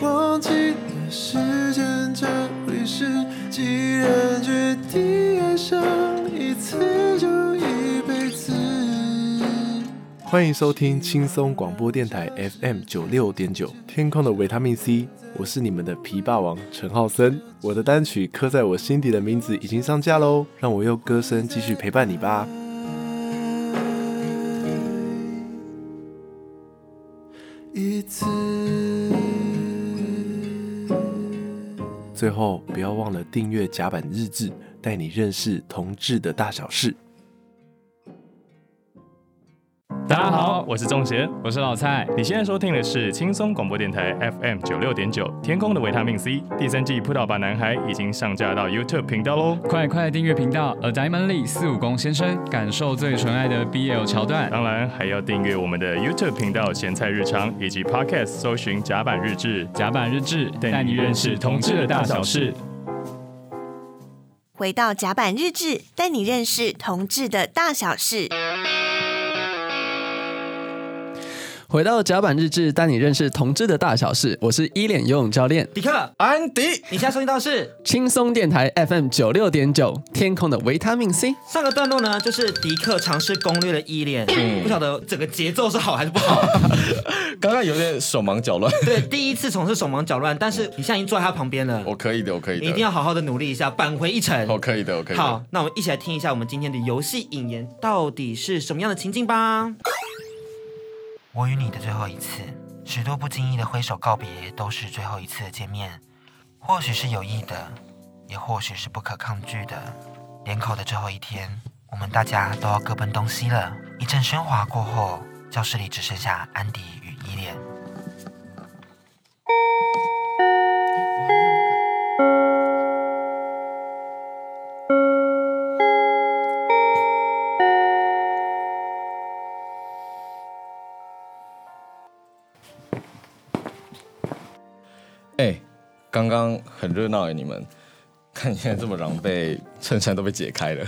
[SPEAKER 6] 忘记了时间这回事。既然决定爱上一次就一辈子。欢迎收听轻松广播电台 FM 九六点九，天空的维他命 C，我是你们的皮霸王陈浩森。我的单曲《刻在我心底的名字》已经上架喽，让我用歌声继续陪伴你吧。一次。最后，不要忘了订阅甲板日志，带你认识同志的大小事。
[SPEAKER 7] 大家好，我是仲贤，我是老蔡。你现在收听的是轻松广播电台 FM 九六点九，天空的维他命 C 第三季《扑倒吧男孩》已经上架到 YouTube 频道喽。
[SPEAKER 8] 快快订阅频道 A Diamond Lee 四五公先生，感受最纯爱的 BL 桥段。
[SPEAKER 7] 当然还要订阅我们的 YouTube 频道“咸菜日常”以及 Podcast 搜寻“甲板日志
[SPEAKER 8] 甲板日志”，
[SPEAKER 7] 带
[SPEAKER 8] 带
[SPEAKER 7] 你
[SPEAKER 8] 你
[SPEAKER 7] 认
[SPEAKER 8] 认
[SPEAKER 7] 识
[SPEAKER 8] 识
[SPEAKER 7] 同
[SPEAKER 8] 同
[SPEAKER 7] 志
[SPEAKER 8] 志
[SPEAKER 7] 的
[SPEAKER 8] 的
[SPEAKER 7] 大
[SPEAKER 8] 大
[SPEAKER 7] 小
[SPEAKER 8] 小
[SPEAKER 7] 事
[SPEAKER 8] 事。。
[SPEAKER 5] 回到甲板日志，带你认识同志的大小事。
[SPEAKER 2] 回到甲板日志，带你认识同志的大小事。我是依恋游泳教练，
[SPEAKER 1] 迪克，
[SPEAKER 3] 安迪，
[SPEAKER 1] 你现在收听到的是
[SPEAKER 2] 轻松电台 FM 九六点九，天空的维他命 C。
[SPEAKER 1] 上个段落呢，就是迪克尝试攻略了依恋，不晓得整个节奏是好还是不 好。
[SPEAKER 3] 刚刚有点手忙脚乱，
[SPEAKER 1] 对，第一次总是手忙脚乱，但是你现在已经坐在他旁边了，
[SPEAKER 3] 我可以的，我可以的，
[SPEAKER 1] 你一定要好好的努力一下，扳回一城。
[SPEAKER 3] 我可以的，我可以的。
[SPEAKER 1] 好，那我们一起来听一下我们今天的游戏引言到底是什么样的情境吧。
[SPEAKER 9] 我与你的最后一次，许多不经意的挥手告别都是最后一次的见面，或许是有意的，也或许是不可抗拒的。联考的最后一天，我们大家都要各奔东西了。一阵喧哗过后，教室里只剩下安迪与依恋。
[SPEAKER 3] 哎、刚刚很热闹哎，你们看你现在这么狼狈，衬衫都被解开了。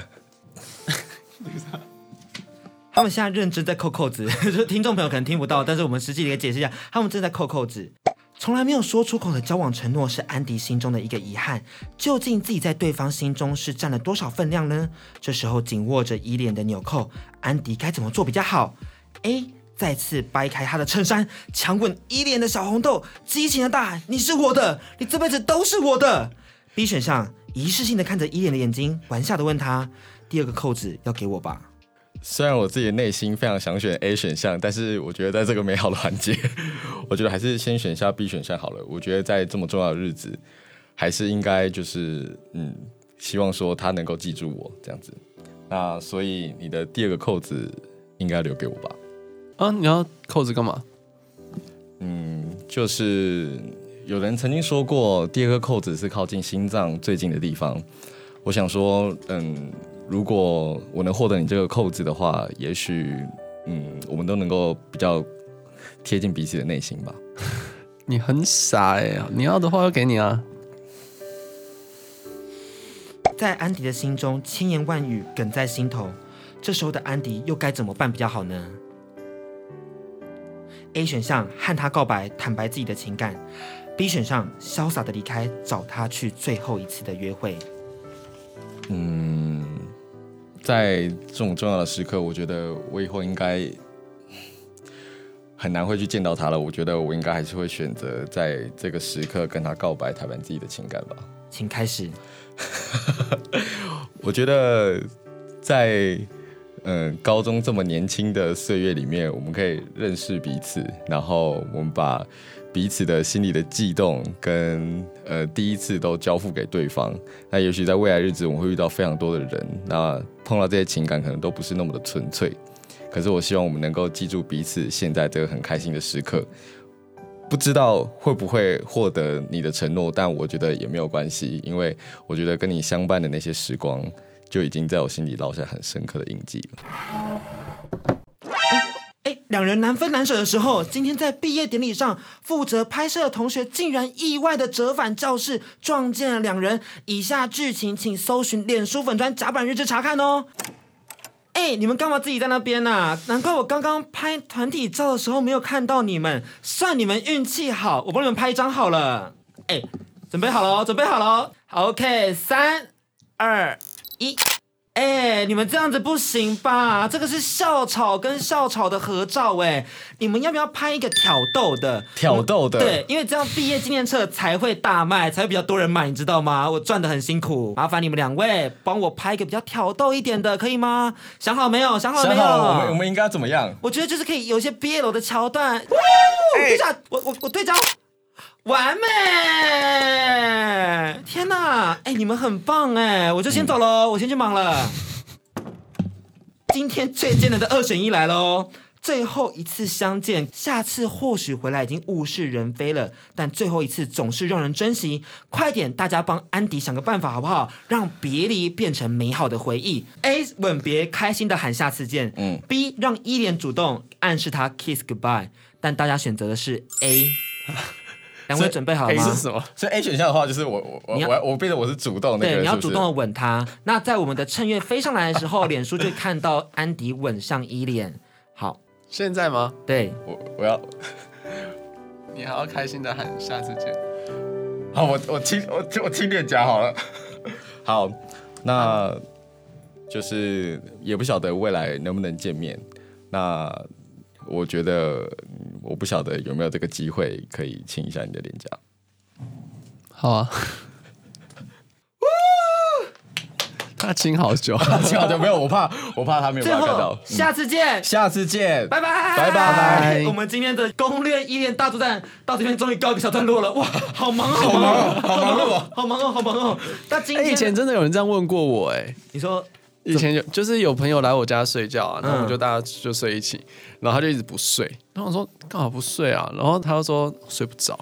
[SPEAKER 1] 他们现在认真在扣扣子， 就是听众朋友可能听不到，但是我们实际给解释一下，他们正在扣扣子。从来没有说出口的交往承诺是安迪心中的一个遗憾，究竟自己在对方心中是占了多少分量呢？这时候紧握着依恋的纽扣，安迪该怎么做比较好？A. 再次掰开他的衬衫，强吻依恋的小红豆，激情的大喊：“你是我的，你这辈子都是我的。”B 选项仪式性的看着依恋的眼睛，玩笑的问他：“第二个扣子要给我吧？”
[SPEAKER 3] 虽然我自己的内心非常想选 A 选项，但是我觉得在这个美好的环节， 我觉得还是先选一下 B 选项好了。我觉得在这么重要的日子，还是应该就是嗯，希望说他能够记住我这样子。那所以你的第二个扣子应该留给我吧？
[SPEAKER 2] 啊，你要扣子干嘛？
[SPEAKER 3] 嗯，就是有人曾经说过，第二颗扣子是靠近心脏最近的地方。我想说，嗯，如果我能获得你这个扣子的话，也许，嗯，我们都能够比较贴近彼此的内心吧。
[SPEAKER 2] 你很傻哎、你要的话要给你啊。
[SPEAKER 1] 在安迪的心中，千言万语梗在心头。这时候的安迪又该怎么办比较好呢？A 选项和他告白，坦白自己的情感；B 选项潇洒的离开，找他去最后一次的约会。
[SPEAKER 3] 嗯，在这种重要的时刻，我觉得我以后应该很难会去见到他了。我觉得我应该还是会选择在这个时刻跟他告白，坦白自己的情感吧。
[SPEAKER 1] 请开始。
[SPEAKER 3] 我觉得在嗯、高中这么年轻的岁月里面，我们可以认识彼此，然后我们把彼此的心里的悸动跟呃第一次都交付给对方。那也许在未来日子，我们会遇到非常多的人，那碰到这些情感可能都不是那么的纯粹。可是我希望我们能够记住彼此现在这个很开心的时刻。不知道会不会获得你的承诺，但我觉得也没有关系，因为我觉得跟你相伴的那些时光，就已经在我心里烙下很深刻的印记了。
[SPEAKER 1] 哎，两人难分难舍的时候，今天在毕业典礼上，负责拍摄的同学竟然意外的折返教室，撞见了两人。以下剧情请搜寻脸书粉专甲板日志查看哦。哎，你们干嘛自己在那边呐、难怪我刚刚拍团体照的时候没有看到你们，算你们运气好，我帮你们拍一张好了。哎，准备好了哦，准备好了哦。好 OK，三、二、一。哎、你们这样子不行吧？这个是校草跟校草的合照哎、你们要不要拍一个挑逗的？嗯
[SPEAKER 3] 挑逗的
[SPEAKER 1] 对，因为这样毕业纪念册才会大卖，才会比较多人买，你知道吗？我赚的很辛苦，麻烦你们两位帮我拍一个比较挑逗一点的，可以吗？想好没有？想好了
[SPEAKER 3] 想
[SPEAKER 1] 哦没有？
[SPEAKER 3] 好了，我们我们应该怎么样？
[SPEAKER 1] 我觉得就是可以有一些 BL 的桥段。哇
[SPEAKER 3] 哎
[SPEAKER 1] 队长，啊我我我队长，完美！天哪，哎，你们很棒哎，我就
[SPEAKER 3] 嗯
[SPEAKER 1] 先走喽，我先去忙了。今天最艰难的二选一来喽。最后一次相见，下次或许回来已经物是人非了，但最后一次总是让人珍惜。快点，大家帮安迪想个办法好不好？让别离变成美好的回忆。A 吻别，开心的喊下次见。嗯。B 让伊莲主动暗示他 kiss goodbye，但大家选择的是 A。两位准备好了
[SPEAKER 2] A
[SPEAKER 1] 吗？
[SPEAKER 2] 是什么？
[SPEAKER 3] 啊所以 A 选项的话，就是我我我
[SPEAKER 1] 你要
[SPEAKER 3] 我我变得我是主动那个
[SPEAKER 1] 对，
[SPEAKER 3] 人，
[SPEAKER 1] 你要
[SPEAKER 3] 是不
[SPEAKER 1] 主
[SPEAKER 3] 是
[SPEAKER 1] 动的吻他。那在我们的趁月飞上来的时候，脸书就看到安迪吻上伊莲。好，
[SPEAKER 2] 现在吗？
[SPEAKER 1] 对，
[SPEAKER 3] 我我要
[SPEAKER 2] 你还要开心的喊下次见。
[SPEAKER 3] 好，我我轻我我轻点讲好了。 好，那就是也不晓得未来能不能见面。那我觉得嗯我不晓得有没有这个机会可以亲一下你的脸颊。
[SPEAKER 2] 好 啊。他亲好 久，
[SPEAKER 3] 幸好就没有，我怕我怕他没有
[SPEAKER 1] 最
[SPEAKER 3] 办法看
[SPEAKER 1] 后
[SPEAKER 3] 到。嗯
[SPEAKER 1] 下次见。
[SPEAKER 3] 下次见，
[SPEAKER 1] 拜拜
[SPEAKER 3] 拜拜
[SPEAKER 1] 我们今天的攻略依恋大作战到这边终于告一个小段落了，哇，好忙哦，好忙哦，好忙哦，好忙哦，好忙哦。那今
[SPEAKER 2] 哎、以前
[SPEAKER 1] 天
[SPEAKER 2] 真的有人这样问过我、哎，
[SPEAKER 1] 你说
[SPEAKER 2] 以前有就是有朋友来我家睡觉啊，然后我们
[SPEAKER 1] 嗯
[SPEAKER 2] 就大家就睡一起，然后他就一直不睡，然后我说干嘛不睡啊？然后他就说睡不着，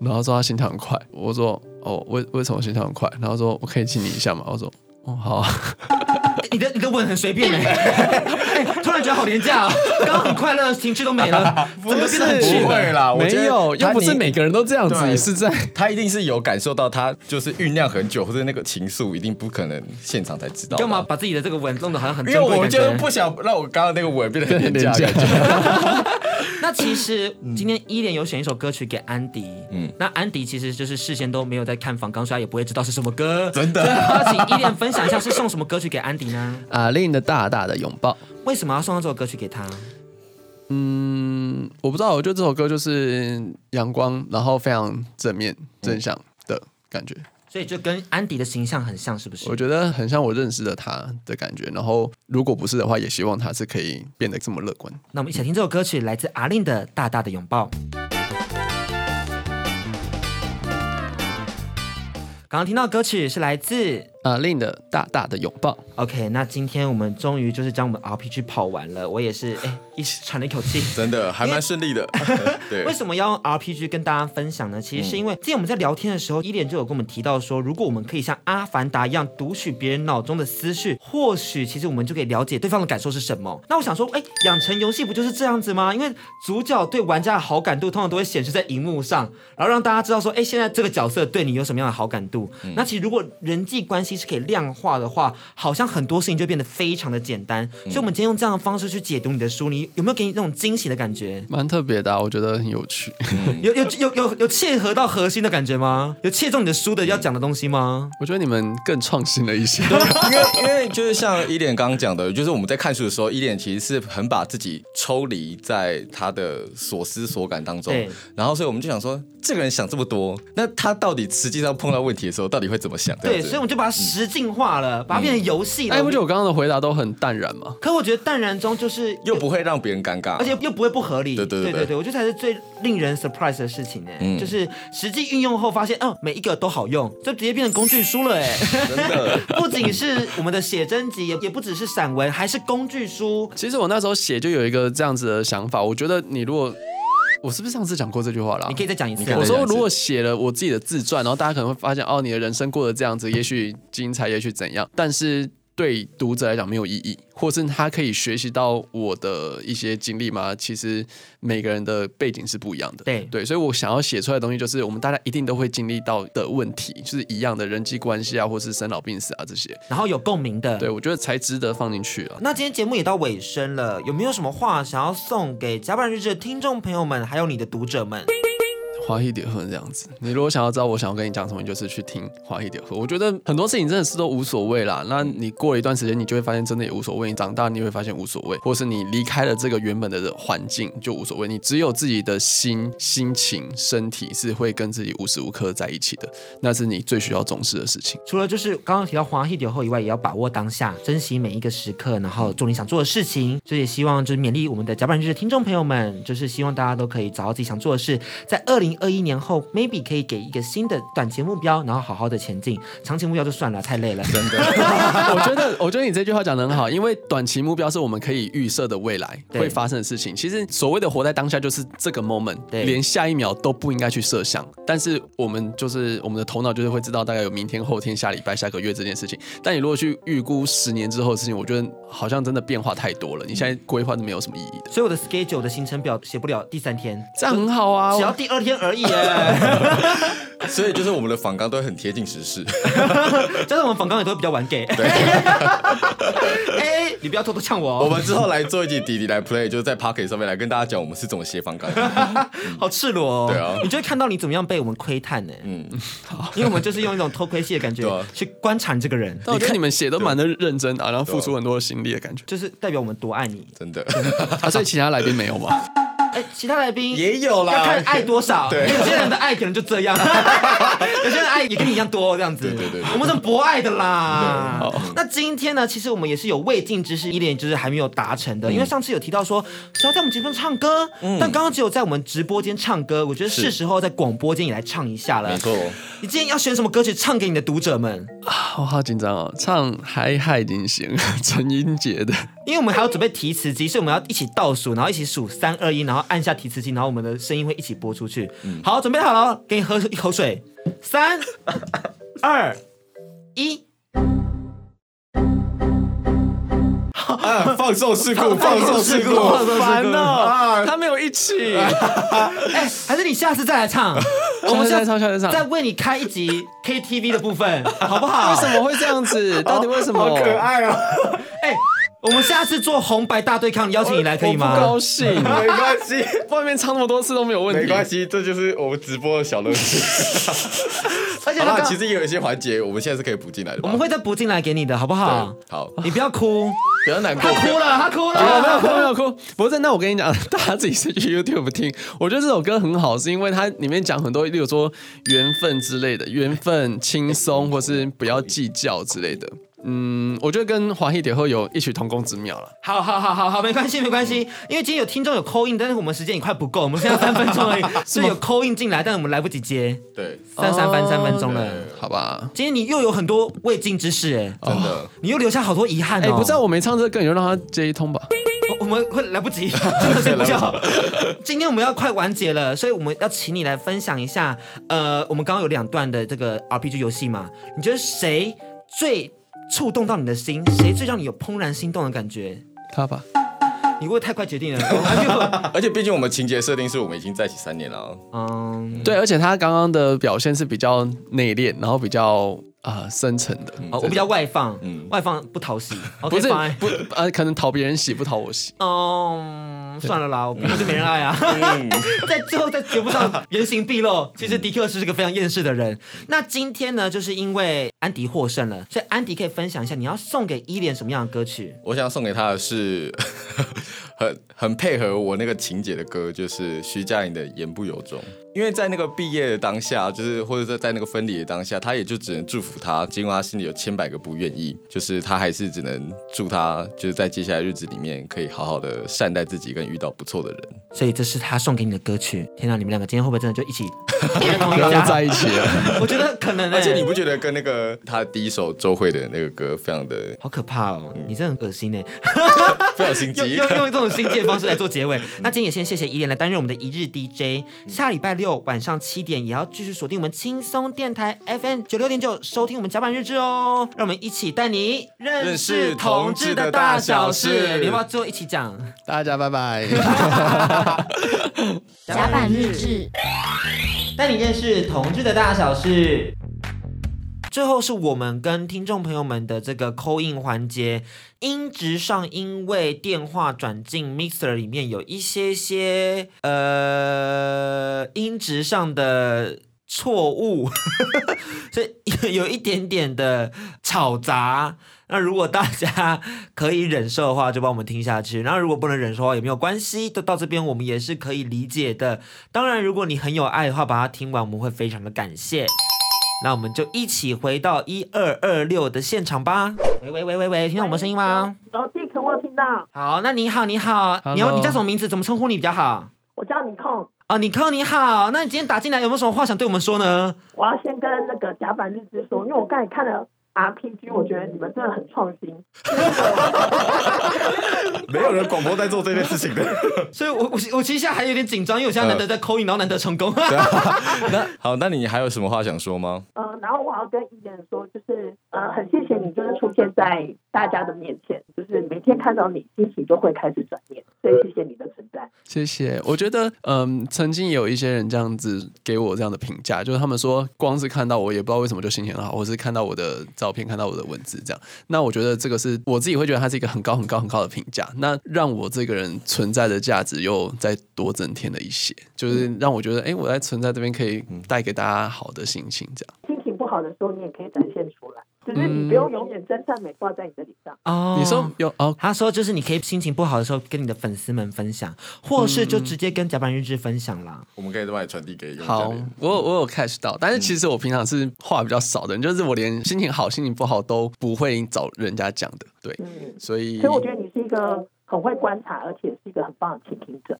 [SPEAKER 2] 然后说他心跳很快，我说哦为为什么心跳很快？然后说我可以亲你一下吗？我说哦好、啊，
[SPEAKER 1] 哎你的你的吻很随便哎，哎突然觉得好廉价啊，刚刚很快乐，情绪都没了， 整个变得很
[SPEAKER 3] 是
[SPEAKER 1] 气 了。
[SPEAKER 3] 不会啦我
[SPEAKER 2] 没
[SPEAKER 3] 觉得
[SPEAKER 2] 有，
[SPEAKER 3] 他
[SPEAKER 2] 又不是
[SPEAKER 3] 你
[SPEAKER 2] 每个人都这样子，
[SPEAKER 3] 对
[SPEAKER 2] 你是在
[SPEAKER 3] 他一定是有感受到他就是酝酿很久，或者那个情愫一定不可能现场才知道吧。
[SPEAKER 1] 干嘛把自己的这个吻弄得好像很
[SPEAKER 3] 因为
[SPEAKER 1] 珍贵
[SPEAKER 3] 我
[SPEAKER 1] 的感
[SPEAKER 3] 就是
[SPEAKER 1] 觉？
[SPEAKER 3] 不想让我刚刚那个吻变得很
[SPEAKER 2] 廉
[SPEAKER 3] 廉价
[SPEAKER 2] 价
[SPEAKER 3] 的感觉。
[SPEAKER 1] 那其实今天依莲有选一首歌曲给安迪，嗯
[SPEAKER 3] 嗯，
[SPEAKER 1] 那安迪其实就是事先都没有在看访纲，所以他也不会知道是什么歌。
[SPEAKER 3] 真的
[SPEAKER 1] 所以要请依莲分享一下是送什么歌曲给安迪呢？
[SPEAKER 2] 阿啊令的大大的拥抱。
[SPEAKER 1] 为什么要送这首歌曲给他？
[SPEAKER 2] 嗯，我不知道，我觉得这首歌就是阳光，然后非常正面正向的感觉。
[SPEAKER 1] 所以就跟安迪的形象很像，是不是
[SPEAKER 2] 我？觉得很像我认识的他的感觉。然后，如果不是的话，也希望他是可以变得这么乐观。
[SPEAKER 1] 那我们一起来听这首歌曲，来自阿令的《大大的拥抱》。刚刚听到歌曲是来自
[SPEAKER 2] 阿啊令的大大的拥抱，
[SPEAKER 1] OK，那今天我们终于就是将我们 RPG 跑完了，我也是哎一时喘了一口气。
[SPEAKER 3] 真的还蛮顺利 的。对
[SPEAKER 1] 为，什么要用 RPG 跟大家分享呢？其实是因为之前我们在聊天的时候，伊莲就有跟我们提到说，如果我们可以像阿凡达一样读取别人脑中的思绪，或许其实我们就可以了解对方的感受是什么。那我想说，哎，养成游戏不就是这样子吗？因为主角对玩家的好感度通常都会显示在荧幕上，然后让大家知道说，哎，现在这个角色对你有什么样的好感度。那其实如果人际关系西是可以量化的话，好像很多事情就变得非常的简单。所以，我们今天用这样的方式去解读你的书，你有没有给你那种惊喜的感觉？
[SPEAKER 2] 蛮特别的、啊，我觉得很有趣。
[SPEAKER 1] 有有有有有切合到核心的感觉吗？有切中你的书
[SPEAKER 3] 嗯
[SPEAKER 1] 的要讲的东西吗？
[SPEAKER 2] 我觉得你们更创新了一些。
[SPEAKER 3] 因为因为就是像伊莲刚刚讲的，就是我们在看书的时候，伊莲其实是很把自己抽离在他的所思所感当中
[SPEAKER 1] 对，
[SPEAKER 3] 然后所以我们就想说，这个人想这么多，那他到底实际上碰到问题的时候，到底会怎么想？这
[SPEAKER 1] 对，
[SPEAKER 3] 样子
[SPEAKER 1] 所以我们就把它实境化
[SPEAKER 3] 嗯
[SPEAKER 1] 了，把它变成游戏了。
[SPEAKER 2] 哎，不觉得我刚刚的回答都很淡然吗？
[SPEAKER 1] 可我觉得淡然中就是
[SPEAKER 3] 又不会让别人尴尬，
[SPEAKER 1] 而且又不会不合理。
[SPEAKER 3] 对对
[SPEAKER 1] 对
[SPEAKER 3] 对对
[SPEAKER 1] 我觉得才是最令人 surprise 的事情呢、欸
[SPEAKER 3] 嗯
[SPEAKER 1] 就是实际运用后发现，哦，每一个都好用，就直接变成工具书了哎、
[SPEAKER 3] 真的
[SPEAKER 1] 不仅是我们的写真集，也也不只是散文，还是工具书。
[SPEAKER 2] 其实我那时候写就有一个这样子的想法，我觉得你如果，我是不是上次讲过这句话啦？
[SPEAKER 1] 你可以再讲一次
[SPEAKER 3] 你可以。
[SPEAKER 2] 我
[SPEAKER 3] 再讲
[SPEAKER 2] 说，
[SPEAKER 3] 一次
[SPEAKER 2] 如果写了我自己的自传，然后大家可能会发现，哦，你的人生过得这样子，也许精彩，也许怎样，但是对读者来讲没有意义，或是他可以学习到我的一些经历吗？其实每个人的背景是不一样的，
[SPEAKER 1] 对
[SPEAKER 2] 对，所以我想要写出来的东西，就是我们大家一定都会经历到的问题，就是一样的人际关系啊，或是生老病死啊这些，
[SPEAKER 1] 然后有共鸣的。
[SPEAKER 2] 对我觉得才值得放进去啊。
[SPEAKER 1] 那今天节目也到尾声了，有没有什么话想要送给甲板日志的听众朋友们，还有你的读者们？
[SPEAKER 2] 花一点喝这样子。你如果想要知道我想要跟你讲什么，你就是去听花一点喝。我觉得很多事情真的是都无所谓啦。那你过了一段时间，你就会发现真的也无所谓。你长大你会发现无所谓，或是你离开了这个原本的环境就无所谓。你只有自己的心、心情、身体是会跟自己无时无刻在一起的，那是你最需要重视的事情。
[SPEAKER 1] 除了就是刚刚提到花一点后以外，也要把握当下，珍惜每一个时刻，然后做你想做的事情。所以也希望就是勉励我们的甲板日志的听众朋友们，就是希望大家都可以找到自己想做的事，在二零二一年后，maybe 可以给一个新的短期目标，然后好好的前进。长期目标就算了，太累了。真的，
[SPEAKER 2] 我觉得，我觉得你这句话讲得很好，因为短期目标是我们可以预设的未来
[SPEAKER 1] 对
[SPEAKER 2] 会发生的事情。其实所谓的活在当下，就是这个 moment，
[SPEAKER 1] 对
[SPEAKER 2] 连下一秒都不应该去设想。但是我们就是我们的头脑就是会知道大概有明天、后天、下礼拜、下个月这件事情。但你如果去预估十年之后的事情，我觉得好像真的变化太多了。你
[SPEAKER 1] 嗯
[SPEAKER 2] 现在规划是没有什么意义的，
[SPEAKER 1] 所以我的 schedule 我的行程表写不了第三天，
[SPEAKER 2] 这样很好啊。
[SPEAKER 1] 只要
[SPEAKER 2] 我
[SPEAKER 1] 第二天而已耶。
[SPEAKER 3] 所以就是我们的访纲都很贴近时事，
[SPEAKER 1] 加上我们访刚也都会比较晚给。
[SPEAKER 3] 对。
[SPEAKER 1] 哎、你不要偷偷呛我哦。
[SPEAKER 3] 我们之后来做一集弟弟来 play，就是在 Pocket 上面来跟大家讲我们是怎么写访纲的。
[SPEAKER 1] 好赤裸哦！
[SPEAKER 3] 对啊
[SPEAKER 1] 你就会看到你怎么样被我们窥探呢、嗯，因为我们就是用一种偷窥戏的感觉、
[SPEAKER 3] 对啊
[SPEAKER 1] 去观察你这个人，
[SPEAKER 2] 但我觉得你们写都蛮的认真啊，然后付出很多的心力 的感觉。
[SPEAKER 1] 就是代表我们多爱你。
[SPEAKER 3] 真的，
[SPEAKER 2] 啊，所以其他来宾没有吗？
[SPEAKER 1] 哎、其他来宾
[SPEAKER 3] 也有啦
[SPEAKER 1] 要看爱多少。
[SPEAKER 3] 对
[SPEAKER 1] 有些人的爱可能就这 样，有些人的爱也跟你一样多这样子。
[SPEAKER 3] 对对对对哦
[SPEAKER 1] 我们是博爱的啦。那今天呢，其实我们也是有未尽之事，一点就是还没有达成
[SPEAKER 3] 嗯
[SPEAKER 1] 的，因为上次有提到说只要在我们节目中唱歌，但刚刚只有在我们直播间唱歌，我觉得是
[SPEAKER 3] 是
[SPEAKER 1] 时候在广播间也来唱一下了
[SPEAKER 3] 没。错，
[SPEAKER 1] 你今天要选什么歌曲唱给你的读者们？
[SPEAKER 2] 我好紧张哦，唱《嗨嗨进行》 陈英杰的。
[SPEAKER 1] 因为我们还要准备提词机，所以我们要一起倒数，然后一起数三二一，然后按下提词机，然后我们的声音会一起播出去。
[SPEAKER 2] 嗯
[SPEAKER 1] 好，准备好了，给你喝一口水。 三、二、一，
[SPEAKER 3] 啊，放送事故，放送事故，
[SPEAKER 1] 好烦
[SPEAKER 2] 哦，他没有一起。
[SPEAKER 1] 哎，还是你下次再来 唱，我们下
[SPEAKER 2] 下次再唱下次再唱
[SPEAKER 1] 再为你开一集 KTV 的部 分，好不好？
[SPEAKER 2] 为什么会这样子？到底为什么？好可爱，哦
[SPEAKER 1] 哎，我们下次做红白大对抗，邀请你来可以
[SPEAKER 2] 不
[SPEAKER 1] 吗
[SPEAKER 2] 高？兴。
[SPEAKER 3] 没关系，
[SPEAKER 2] 外面唱那么多次都没有问题。
[SPEAKER 3] 没关系，这就是我们直播的小乐趣。
[SPEAKER 1] 而且
[SPEAKER 3] 好
[SPEAKER 1] 那
[SPEAKER 3] 啦，
[SPEAKER 1] 个
[SPEAKER 3] 其实也有一些环节，啊我们啊现在是可以补进来的吧。
[SPEAKER 1] 我们会再补进来给你的，好不好？
[SPEAKER 3] 对好，
[SPEAKER 1] 你不要哭，
[SPEAKER 3] 不要难过
[SPEAKER 1] 他，哭了，他哭
[SPEAKER 2] 没有没有
[SPEAKER 1] 了。
[SPEAKER 2] 哭没有哭，不是。那我跟你讲， 大家自己去 YouTube 听。我觉得这首歌很好，是因为它里面讲很多，例如说缘分之类的，缘分轻松，或是不要计较之类的。嗯，我觉得跟华裔蝶后有异曲同工之妙了。
[SPEAKER 1] 好好好好好，没关系没关系，因为今天有听众有 call in，但是我们时间也快不够，我们剩下三分钟而 已，所以有 call in 进来，但我们来不及接，
[SPEAKER 3] 对，
[SPEAKER 1] 三三分
[SPEAKER 2] 哦
[SPEAKER 1] 三分钟了。
[SPEAKER 3] 对
[SPEAKER 2] 好吧，
[SPEAKER 1] 今天你又有很多未尽之事哎、
[SPEAKER 3] 真的，
[SPEAKER 1] 你又留下好多遗憾哦。
[SPEAKER 2] 哦哎、不知道我没唱这个歌，你就让他接一通吧。
[SPEAKER 1] 我我们会来不 及，真的睡不着。今天我们要快完结了，所以我们要请你来分享一下，呃，我们刚刚有两段的这个 RPG 游戏嘛，你觉得谁最触动到你的心，谁最让你有怦然心动的感觉？
[SPEAKER 2] 他吧，
[SPEAKER 1] 你会不会太快决 定了？我还没有
[SPEAKER 3] 而且毕竟我们情节设定是我们已经在一起三年了啊，
[SPEAKER 1] 嗯，
[SPEAKER 2] 对，而且他刚刚的表现是比较内敛，然后比较啊深层的。
[SPEAKER 1] 哦，我比较外放，
[SPEAKER 10] 嗯
[SPEAKER 1] 外放不讨 喜。
[SPEAKER 2] 不
[SPEAKER 1] OK，
[SPEAKER 2] 是
[SPEAKER 1] fine
[SPEAKER 2] 不呃，可能讨别人喜不讨我喜。
[SPEAKER 1] 嗯，算了啦，我我就没人爱 啊。
[SPEAKER 2] 嗯
[SPEAKER 1] 在最后在节目上原形毕露，其实迪克是个非常厌世的人。那今天呢，就是因为安迪获胜了，所以安迪可以分享一下你要送给伊莲什么样的歌曲？
[SPEAKER 3] 我想送给他的是 很很配合我那个情节的歌，就是徐佳莹的《言不由衷》。因为在那个毕业的当下，就是或者在在那个分离的当下，他也就只能祝福他，尽管他心里有千百个不愿意，就是他还是只能祝他，就是在接下来日子里面可以好好的善待自己，跟遇到不错的人。
[SPEAKER 1] 所以这是他送给你的歌曲。天啊哪，你们两个今天会不会真的就 一起同一
[SPEAKER 2] 不要
[SPEAKER 1] 家
[SPEAKER 2] 再在一起了，
[SPEAKER 1] 我觉得可能、欸，
[SPEAKER 3] 而且你不觉得跟那个他第一首周慧的那个歌非常的
[SPEAKER 1] 好可怕哦！你真的很恶心 呢，
[SPEAKER 3] 非常嗯心
[SPEAKER 1] 用
[SPEAKER 3] 机
[SPEAKER 1] 用？用这种新界方式来做结
[SPEAKER 3] 嗯
[SPEAKER 1] 尾。那今天也先谢谢依莲来担任我们的一日 DJ，下礼拜六晚上七点也要继续锁定我们轻松电台 FM 九六点九，收听我们甲板日志哦。让我们一起带你认
[SPEAKER 3] 认
[SPEAKER 1] 识
[SPEAKER 3] 识
[SPEAKER 1] 同
[SPEAKER 3] 同
[SPEAKER 1] 志
[SPEAKER 3] 志
[SPEAKER 1] 的
[SPEAKER 3] 的
[SPEAKER 1] 大
[SPEAKER 3] 大
[SPEAKER 1] 小
[SPEAKER 3] 小
[SPEAKER 1] 事。
[SPEAKER 3] 事
[SPEAKER 1] 你要不要最后一起讲？
[SPEAKER 2] 大家拜拜。
[SPEAKER 4] 甲板日志。
[SPEAKER 1] 带你认识同志的大小事。最后是我们跟听众朋友们的这个扣印环节，音质上因为电话转进 mixer 里面有一些些呃音质上的错误， 所以有一点点的吵杂。那如果大家 可以忍受的话，就帮我们听下去；然后如果不能忍受的话，也没有关系，都到这边我们也是可以理解的。当然，如果你很有爱的话，把它听完，我们会非常的感谢。那我们就一起回到一二二六的现场吧。喂喂喂喂喂，听到我们声音吗？
[SPEAKER 11] 然后 d i c 我有听到，
[SPEAKER 1] 好，那你好，你好
[SPEAKER 12] Hello
[SPEAKER 1] 你要你叫什么名字？怎么称呼你比较好？
[SPEAKER 11] 我叫你控，
[SPEAKER 1] 哦，你扣你好，那你今天打进来有没有什么话想对我们说呢？
[SPEAKER 11] 我要先跟那个甲板日志说，因为我刚才看了 RPG，我觉得你们真的很创新。
[SPEAKER 3] 没有人广播在做这件事情的。
[SPEAKER 1] 所以我我我其实现在还有点紧张，因为我现在难得在扣音，然后难得成功。
[SPEAKER 3] 那好，那你还有什么话想说吗？
[SPEAKER 11] 呃，然后我要跟伊莲说，就是呃，很谢谢你，就是出现在大家的面前，就是每天看到你，心情就会开始转变，所以谢谢你的存在。
[SPEAKER 2] 谢谢。我觉得，嗯，曾经也有一些人这样子给我这样的评价，就是他们说，光是看到我，也不知道为什么就心情很好，或是看到我的照片，看到我的文字这样。那我觉得这个是我自己会觉得它是一个很高、很高、很高的评价，那让我这个人存在的价值又再多增添了一些，就是让我觉得，哎、我在存在这边可以带给大家好的心情这样。
[SPEAKER 11] 心情不好的时候，你也可以展现出来，只是你不用永远真善美挂在你的脸上。
[SPEAKER 1] 哦
[SPEAKER 2] 你说有哦，
[SPEAKER 1] 他说就是你可以心情不好的时候跟你的粉丝们分享，或是就直接跟甲板日志分享啦。
[SPEAKER 3] 我们可以帮你传递给用家
[SPEAKER 2] 好
[SPEAKER 3] 里。，
[SPEAKER 2] 我有我有 catch 到，但是其实我平常是话比较少的人，就是我连心情好、心情不好都不会找人家讲的，对，
[SPEAKER 11] 嗯，
[SPEAKER 2] 所以
[SPEAKER 11] 所以我觉得你是一个很会观察，而且是一个很棒的倾听者。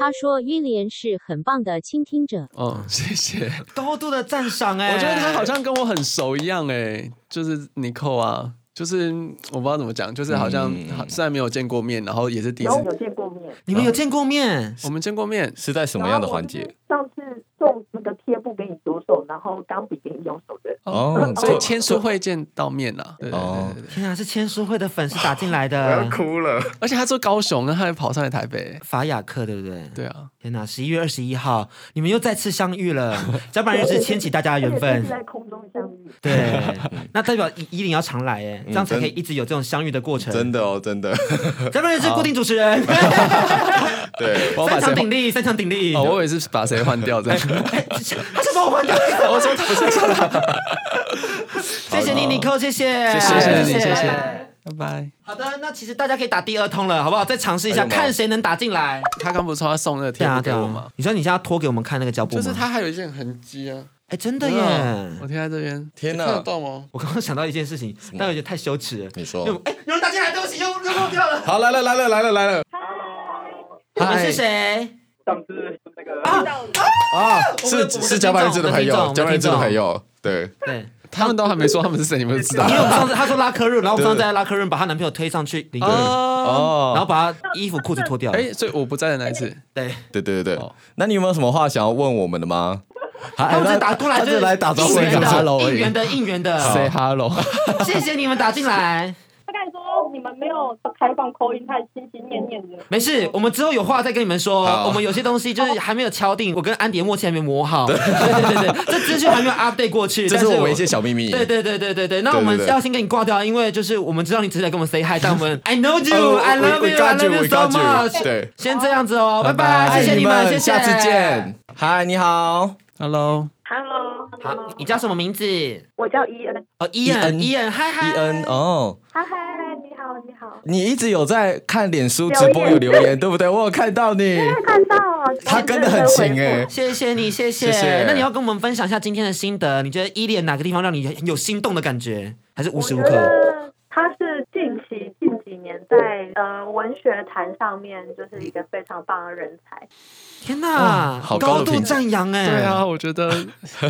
[SPEAKER 4] 他说伊莲是很棒的倾听者。
[SPEAKER 2] 嗯， 谢谢。
[SPEAKER 1] 高度的赞赏哎、
[SPEAKER 2] 我觉得他好像跟我很熟一样、哎，就是尼寇啊，就是我不知道怎么讲，就是好像、
[SPEAKER 3] 嗯
[SPEAKER 2] 虽然没有见过面，然后也
[SPEAKER 4] 嗯
[SPEAKER 2] 是第一
[SPEAKER 11] 然后我们
[SPEAKER 2] 次
[SPEAKER 11] 有见过面，
[SPEAKER 1] 你们有见过面？
[SPEAKER 2] 我们见过面，
[SPEAKER 3] 是在什么样的环节？？
[SPEAKER 11] 上次送那个贴布给你左手，然后钢笔给你右手的。
[SPEAKER 3] 哦
[SPEAKER 2] 所以签书会见到面啦、对对
[SPEAKER 3] 哦
[SPEAKER 2] 对对对
[SPEAKER 1] 天啊，是签书会的粉丝打进来
[SPEAKER 3] 我要
[SPEAKER 1] 的，
[SPEAKER 3] 哭了。
[SPEAKER 2] 而且他住高雄，然后他还跑上来台北，
[SPEAKER 1] 法雅克对不对？
[SPEAKER 2] 对啊，
[SPEAKER 1] 天哪，十一月二十一号，你们又再次相遇了，甲板日志牵起大家的缘
[SPEAKER 11] 而且
[SPEAKER 1] 分
[SPEAKER 11] 是。在空中相遇。
[SPEAKER 1] 对，那代表伊伊林要常来
[SPEAKER 2] 嗯
[SPEAKER 1] 哎，这样才可以一直有这种相遇的过程。
[SPEAKER 3] 真的哦，真 的，
[SPEAKER 1] 甲板日志固定主持人，
[SPEAKER 3] 对，
[SPEAKER 2] 我要
[SPEAKER 1] 三
[SPEAKER 2] 把
[SPEAKER 1] 强
[SPEAKER 2] 谁
[SPEAKER 1] 鼎立，三强鼎立。
[SPEAKER 2] 哦，我以为是把谁换掉这样。
[SPEAKER 1] 哎他是把我换掉，
[SPEAKER 2] 我说不是，
[SPEAKER 1] 谢谢你，尼克，谢谢，
[SPEAKER 2] 谢谢你，
[SPEAKER 1] 好
[SPEAKER 2] 谢谢，拜拜。
[SPEAKER 1] 好的，那其实大家可以打第二通了，好不好？再尝试一下，
[SPEAKER 3] 哎呦妈
[SPEAKER 1] 看谁能打进来。
[SPEAKER 2] 他刚不是说他送那个
[SPEAKER 1] 对
[SPEAKER 2] 贴
[SPEAKER 1] 啊，
[SPEAKER 2] 布给
[SPEAKER 1] 对
[SPEAKER 2] 我吗
[SPEAKER 1] 啊？。你说你现在要脱给我们看那个胶布吗？
[SPEAKER 2] 就是，他还有一件痕迹啊，
[SPEAKER 1] 哎，真的
[SPEAKER 2] 有没有
[SPEAKER 1] 耶！
[SPEAKER 2] 我贴在这边，
[SPEAKER 3] 天哪
[SPEAKER 2] 你看得到吗？
[SPEAKER 1] 我刚刚想到一件事情，但我觉得太羞耻了。因
[SPEAKER 3] 你
[SPEAKER 1] 为
[SPEAKER 3] 说，
[SPEAKER 1] 哎，有人打进来，对不起，又又漏掉了。
[SPEAKER 3] 好，来了，来了，来了，来了，
[SPEAKER 1] 你们是谁？我
[SPEAKER 3] 啊，
[SPEAKER 1] 们
[SPEAKER 3] 是
[SPEAKER 1] 的
[SPEAKER 3] 是甲板日志的朋
[SPEAKER 1] 我
[SPEAKER 3] 友，
[SPEAKER 1] 们的听众
[SPEAKER 3] 甲板日志的
[SPEAKER 1] 我们的
[SPEAKER 3] 朋
[SPEAKER 1] 听
[SPEAKER 3] 友，对，
[SPEAKER 1] 对，
[SPEAKER 2] 他们都还没说他们是谁，你们就知道
[SPEAKER 1] 因为
[SPEAKER 2] 了。
[SPEAKER 1] 我们上次他说拉科润，然后我们上次
[SPEAKER 3] 对
[SPEAKER 1] 在拉科润把她男朋友推上去淋浴，
[SPEAKER 2] 哦，
[SPEAKER 1] 然后
[SPEAKER 3] 哦，
[SPEAKER 1] 把她衣服裤子脱掉。
[SPEAKER 2] 哎，所以我不在的那一次，
[SPEAKER 1] 对，
[SPEAKER 3] 对对对对
[SPEAKER 2] 哦，
[SPEAKER 3] 那你有没有什么话想要问我们的吗？
[SPEAKER 1] 他
[SPEAKER 3] 他
[SPEAKER 1] 们是打过来
[SPEAKER 3] 哎他
[SPEAKER 1] 就是
[SPEAKER 3] 是来打招呼
[SPEAKER 1] 应援
[SPEAKER 2] 打
[SPEAKER 1] 的
[SPEAKER 3] 哎
[SPEAKER 2] 招，呼而已
[SPEAKER 1] 应援的，应援的。
[SPEAKER 2] say hello。
[SPEAKER 1] 谢谢你们打进来。
[SPEAKER 11] 他刚才说你你们没有开放口音，太心心念念的。
[SPEAKER 1] 没事，我们之后有话再跟你们说。
[SPEAKER 3] 好
[SPEAKER 1] 我们有些东西就是还没有敲定，我跟安迪的默契还没磨好。对对对对，这资讯还没有 update 过去。
[SPEAKER 3] 这
[SPEAKER 1] 哎但
[SPEAKER 3] 是
[SPEAKER 1] 是
[SPEAKER 3] 我们一些小秘密。
[SPEAKER 1] 对对对对对对，那
[SPEAKER 3] 对
[SPEAKER 1] 我们
[SPEAKER 3] 对对
[SPEAKER 1] 要先跟你挂掉，因为就是我们知道你只是来跟我们 say hi，但我 们 I know you,
[SPEAKER 3] 哦
[SPEAKER 1] I
[SPEAKER 3] we-
[SPEAKER 1] love
[SPEAKER 3] we
[SPEAKER 1] you, I
[SPEAKER 3] got you,
[SPEAKER 1] love you
[SPEAKER 3] we
[SPEAKER 1] so
[SPEAKER 3] got you
[SPEAKER 1] much。
[SPEAKER 3] 对，
[SPEAKER 1] 先这样子哦，拜拜，
[SPEAKER 3] 爱
[SPEAKER 1] 谢谢你们，谢谢，
[SPEAKER 3] 下次见。。嗨，你好
[SPEAKER 2] ，Hello，
[SPEAKER 11] Hello，
[SPEAKER 1] 好，你叫什么名字？
[SPEAKER 11] 我叫伊恩。
[SPEAKER 1] 哦，伊恩，伊恩，嗨
[SPEAKER 3] 伊
[SPEAKER 1] 嗨。
[SPEAKER 3] 恩哦，
[SPEAKER 11] 嗨嗨，你好，你好。
[SPEAKER 3] 你一直有在看脸书直播有留
[SPEAKER 11] 留
[SPEAKER 3] 言，对不对？我有看到你，
[SPEAKER 11] 看到啊，
[SPEAKER 3] 他跟的很
[SPEAKER 1] 欸
[SPEAKER 3] 勤哎、
[SPEAKER 1] 谢谢你，谢谢。
[SPEAKER 3] 谢谢
[SPEAKER 1] 那你要跟我们分享一下今天的心得？你觉得依恋哪个地方让你很有心动的感觉，还是无时无
[SPEAKER 11] 我觉
[SPEAKER 1] 刻？
[SPEAKER 11] 得他是近期近几年在呃文学坛上面就是一个非常棒的人才。
[SPEAKER 1] 天哪，
[SPEAKER 3] 哦好高
[SPEAKER 1] 高
[SPEAKER 3] 的
[SPEAKER 1] 度
[SPEAKER 3] 评价
[SPEAKER 1] 赞扬哎！
[SPEAKER 2] 对啊，，我觉得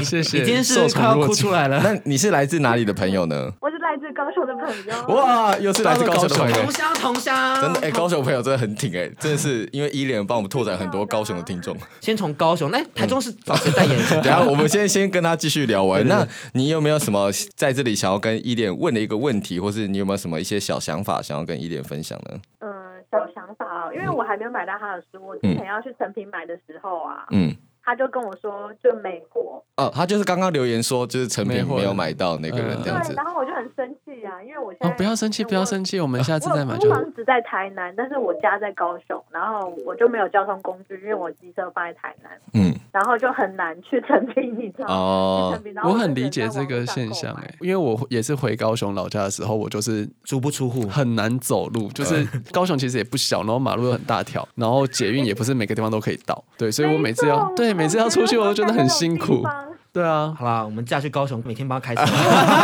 [SPEAKER 2] 谢谢。
[SPEAKER 1] 你今天是不是快要哭出来了。
[SPEAKER 3] 那你是来自哪里的朋友呢？
[SPEAKER 11] 我是来自高雄的朋友，
[SPEAKER 3] 哇，又 是来自高雄的朋友
[SPEAKER 1] 同，乡同乡，
[SPEAKER 3] 真的哎、高雄朋友真的很挺哎、真的是因为伊莲帮我们拓展很多高雄的听众。
[SPEAKER 1] 先从高雄，
[SPEAKER 3] 嗯
[SPEAKER 1] 那台中是找谁代言？
[SPEAKER 3] 等一下，我们先先跟他继续聊完。
[SPEAKER 1] 对对对
[SPEAKER 3] 那你有没有什么在这里想要跟伊莲问的一个问题，或是你有没有什么一些小想法想要跟伊莲分享呢？
[SPEAKER 11] 嗯，小想法哦，因为我还没有买到他的书，我之前
[SPEAKER 2] 嗯
[SPEAKER 11] 要去成品买的时候啊，
[SPEAKER 3] 嗯，
[SPEAKER 11] 他就跟我说就没货，
[SPEAKER 3] 哦，他就是刚刚留言说，就是成品没有买到那个人这
[SPEAKER 11] 对
[SPEAKER 3] 样子，。
[SPEAKER 11] 然后我就很生气啊，因为我现在
[SPEAKER 2] 哦，不要生气，不要生气，我们下次
[SPEAKER 11] 我
[SPEAKER 2] 再
[SPEAKER 11] 有
[SPEAKER 2] 买
[SPEAKER 11] 租
[SPEAKER 2] 就好。
[SPEAKER 11] 房子在台南，但是我家在高雄，然后我就没有交通工具，因为我机车放在台南，
[SPEAKER 3] 嗯，
[SPEAKER 11] 然后就很难去成品，你知道吗？去
[SPEAKER 2] 哦
[SPEAKER 11] 成品然后
[SPEAKER 2] 我
[SPEAKER 11] 就
[SPEAKER 2] 很
[SPEAKER 11] 只
[SPEAKER 2] 理
[SPEAKER 11] 能
[SPEAKER 2] 解
[SPEAKER 11] 在
[SPEAKER 2] 这
[SPEAKER 11] 网
[SPEAKER 2] 个
[SPEAKER 11] 上
[SPEAKER 2] 现
[SPEAKER 11] 购
[SPEAKER 2] 象
[SPEAKER 11] 买
[SPEAKER 2] 哎、因为我也是回高雄老家的时候，我就是
[SPEAKER 1] 足不出户，
[SPEAKER 2] 很难走路，就是高雄其实也不小，然后马路又很大条，然后捷运也不是每个地方都可以到，对，所以我每次要对每次要出去，我都觉得很辛苦，对啊。
[SPEAKER 1] 好啦，我们嫁去高雄，每天帮他开车。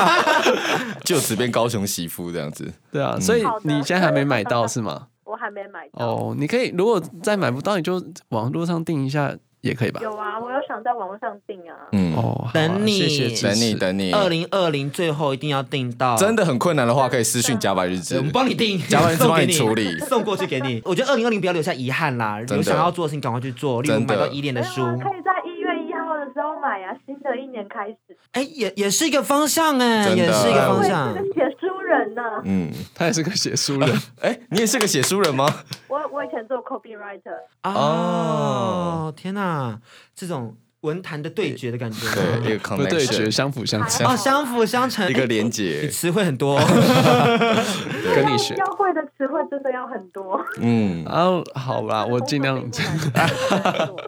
[SPEAKER 3] 就此变高雄媳妇这样子。
[SPEAKER 2] 对啊，所以
[SPEAKER 11] 好的
[SPEAKER 2] 你现在还没买到是吗？
[SPEAKER 11] 我还没买到。
[SPEAKER 2] 哦，你可以如果再买不到，你就网络上订一下也可以吧。
[SPEAKER 11] 有啊，我有想在网络上订啊。
[SPEAKER 3] 嗯，
[SPEAKER 2] 哦，
[SPEAKER 1] 等你，
[SPEAKER 2] 谢谢支持
[SPEAKER 3] 等你等你，
[SPEAKER 1] 二零二零最后一定要订到，
[SPEAKER 3] 嗯真的很困难的话，可以私讯加百日志，
[SPEAKER 1] 我们帮你订，
[SPEAKER 3] 加班日志
[SPEAKER 1] 送
[SPEAKER 3] 帮
[SPEAKER 1] 给
[SPEAKER 3] 你
[SPEAKER 1] 你
[SPEAKER 3] 处理。
[SPEAKER 1] 送过去给你。我觉得二零二零不要留下遗憾啦，
[SPEAKER 3] 真的
[SPEAKER 1] 有想要做的事情赶快去做，例如
[SPEAKER 3] 真的
[SPEAKER 1] 买到依恋的书，
[SPEAKER 11] 啊可以在一月一号的时候买啊，新的一年开始。
[SPEAKER 1] 哎，也也是一个方向哎，
[SPEAKER 3] 真
[SPEAKER 1] 也
[SPEAKER 3] 的
[SPEAKER 1] 是一个
[SPEAKER 11] 我
[SPEAKER 1] 方
[SPEAKER 11] 也
[SPEAKER 1] 向
[SPEAKER 11] 是。个写书人呢、
[SPEAKER 3] 嗯，
[SPEAKER 2] 他也是个写书人。
[SPEAKER 3] 哎、你也是个写书人吗？
[SPEAKER 11] 我我以前做 copywriter，
[SPEAKER 1] 哦，天哪，这种文坛的对决的感觉，
[SPEAKER 3] 对，一个
[SPEAKER 2] 不对决，
[SPEAKER 3] connection，
[SPEAKER 2] 相辅相成
[SPEAKER 1] 啊，，相辅相成，
[SPEAKER 3] 一个连
[SPEAKER 1] 你
[SPEAKER 3] 接。
[SPEAKER 1] 词汇很 多。
[SPEAKER 2] 跟你学。
[SPEAKER 11] 要会的词汇真的要很多。
[SPEAKER 3] 嗯，
[SPEAKER 2] 然后啊好吧，我尽量。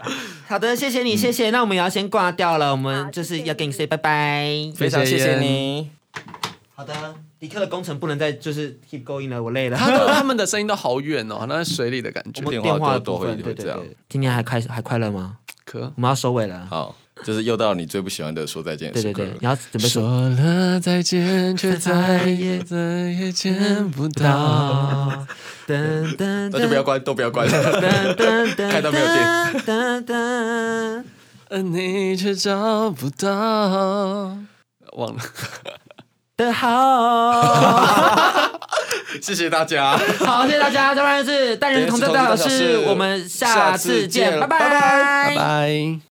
[SPEAKER 1] 好的，谢谢你，谢谢。那我们也要先挂掉了，我们就是要跟你 say 拜拜。
[SPEAKER 3] 非常谢谢你。
[SPEAKER 1] 好的，迪克的工程不能再就是 keep going 了，我累了。
[SPEAKER 2] 他的他们的声音都好远哦，那是水里的感觉
[SPEAKER 1] 我。们
[SPEAKER 3] 电话
[SPEAKER 1] 的
[SPEAKER 3] 多
[SPEAKER 1] 部
[SPEAKER 3] 多会
[SPEAKER 1] 分，对
[SPEAKER 3] 会
[SPEAKER 1] 对
[SPEAKER 3] 这样
[SPEAKER 1] 对。今天还开还快乐吗？
[SPEAKER 2] 可
[SPEAKER 1] 我们要收尾了。
[SPEAKER 3] 好，就是又到你最不喜欢的说再见的
[SPEAKER 1] 对
[SPEAKER 3] 时
[SPEAKER 1] 对
[SPEAKER 3] 刻
[SPEAKER 1] 对
[SPEAKER 3] 了，。
[SPEAKER 1] 你要准备说。
[SPEAKER 2] 说了再见，却再也再也见不到。
[SPEAKER 1] 噔噔，
[SPEAKER 3] 那就不要关，都不要关。
[SPEAKER 1] 噔噔噔，
[SPEAKER 3] 开到没有电
[SPEAKER 1] 噔噔，
[SPEAKER 2] 而你却找不到，忘了。
[SPEAKER 1] 的好。
[SPEAKER 3] 谢谢大家，
[SPEAKER 1] 好，谢谢大家，当然是单人同志大老
[SPEAKER 3] 单人同志
[SPEAKER 1] 师
[SPEAKER 3] 大小事，
[SPEAKER 1] 我们下次见，
[SPEAKER 3] 下次见
[SPEAKER 1] 拜
[SPEAKER 3] 拜
[SPEAKER 2] 拜拜。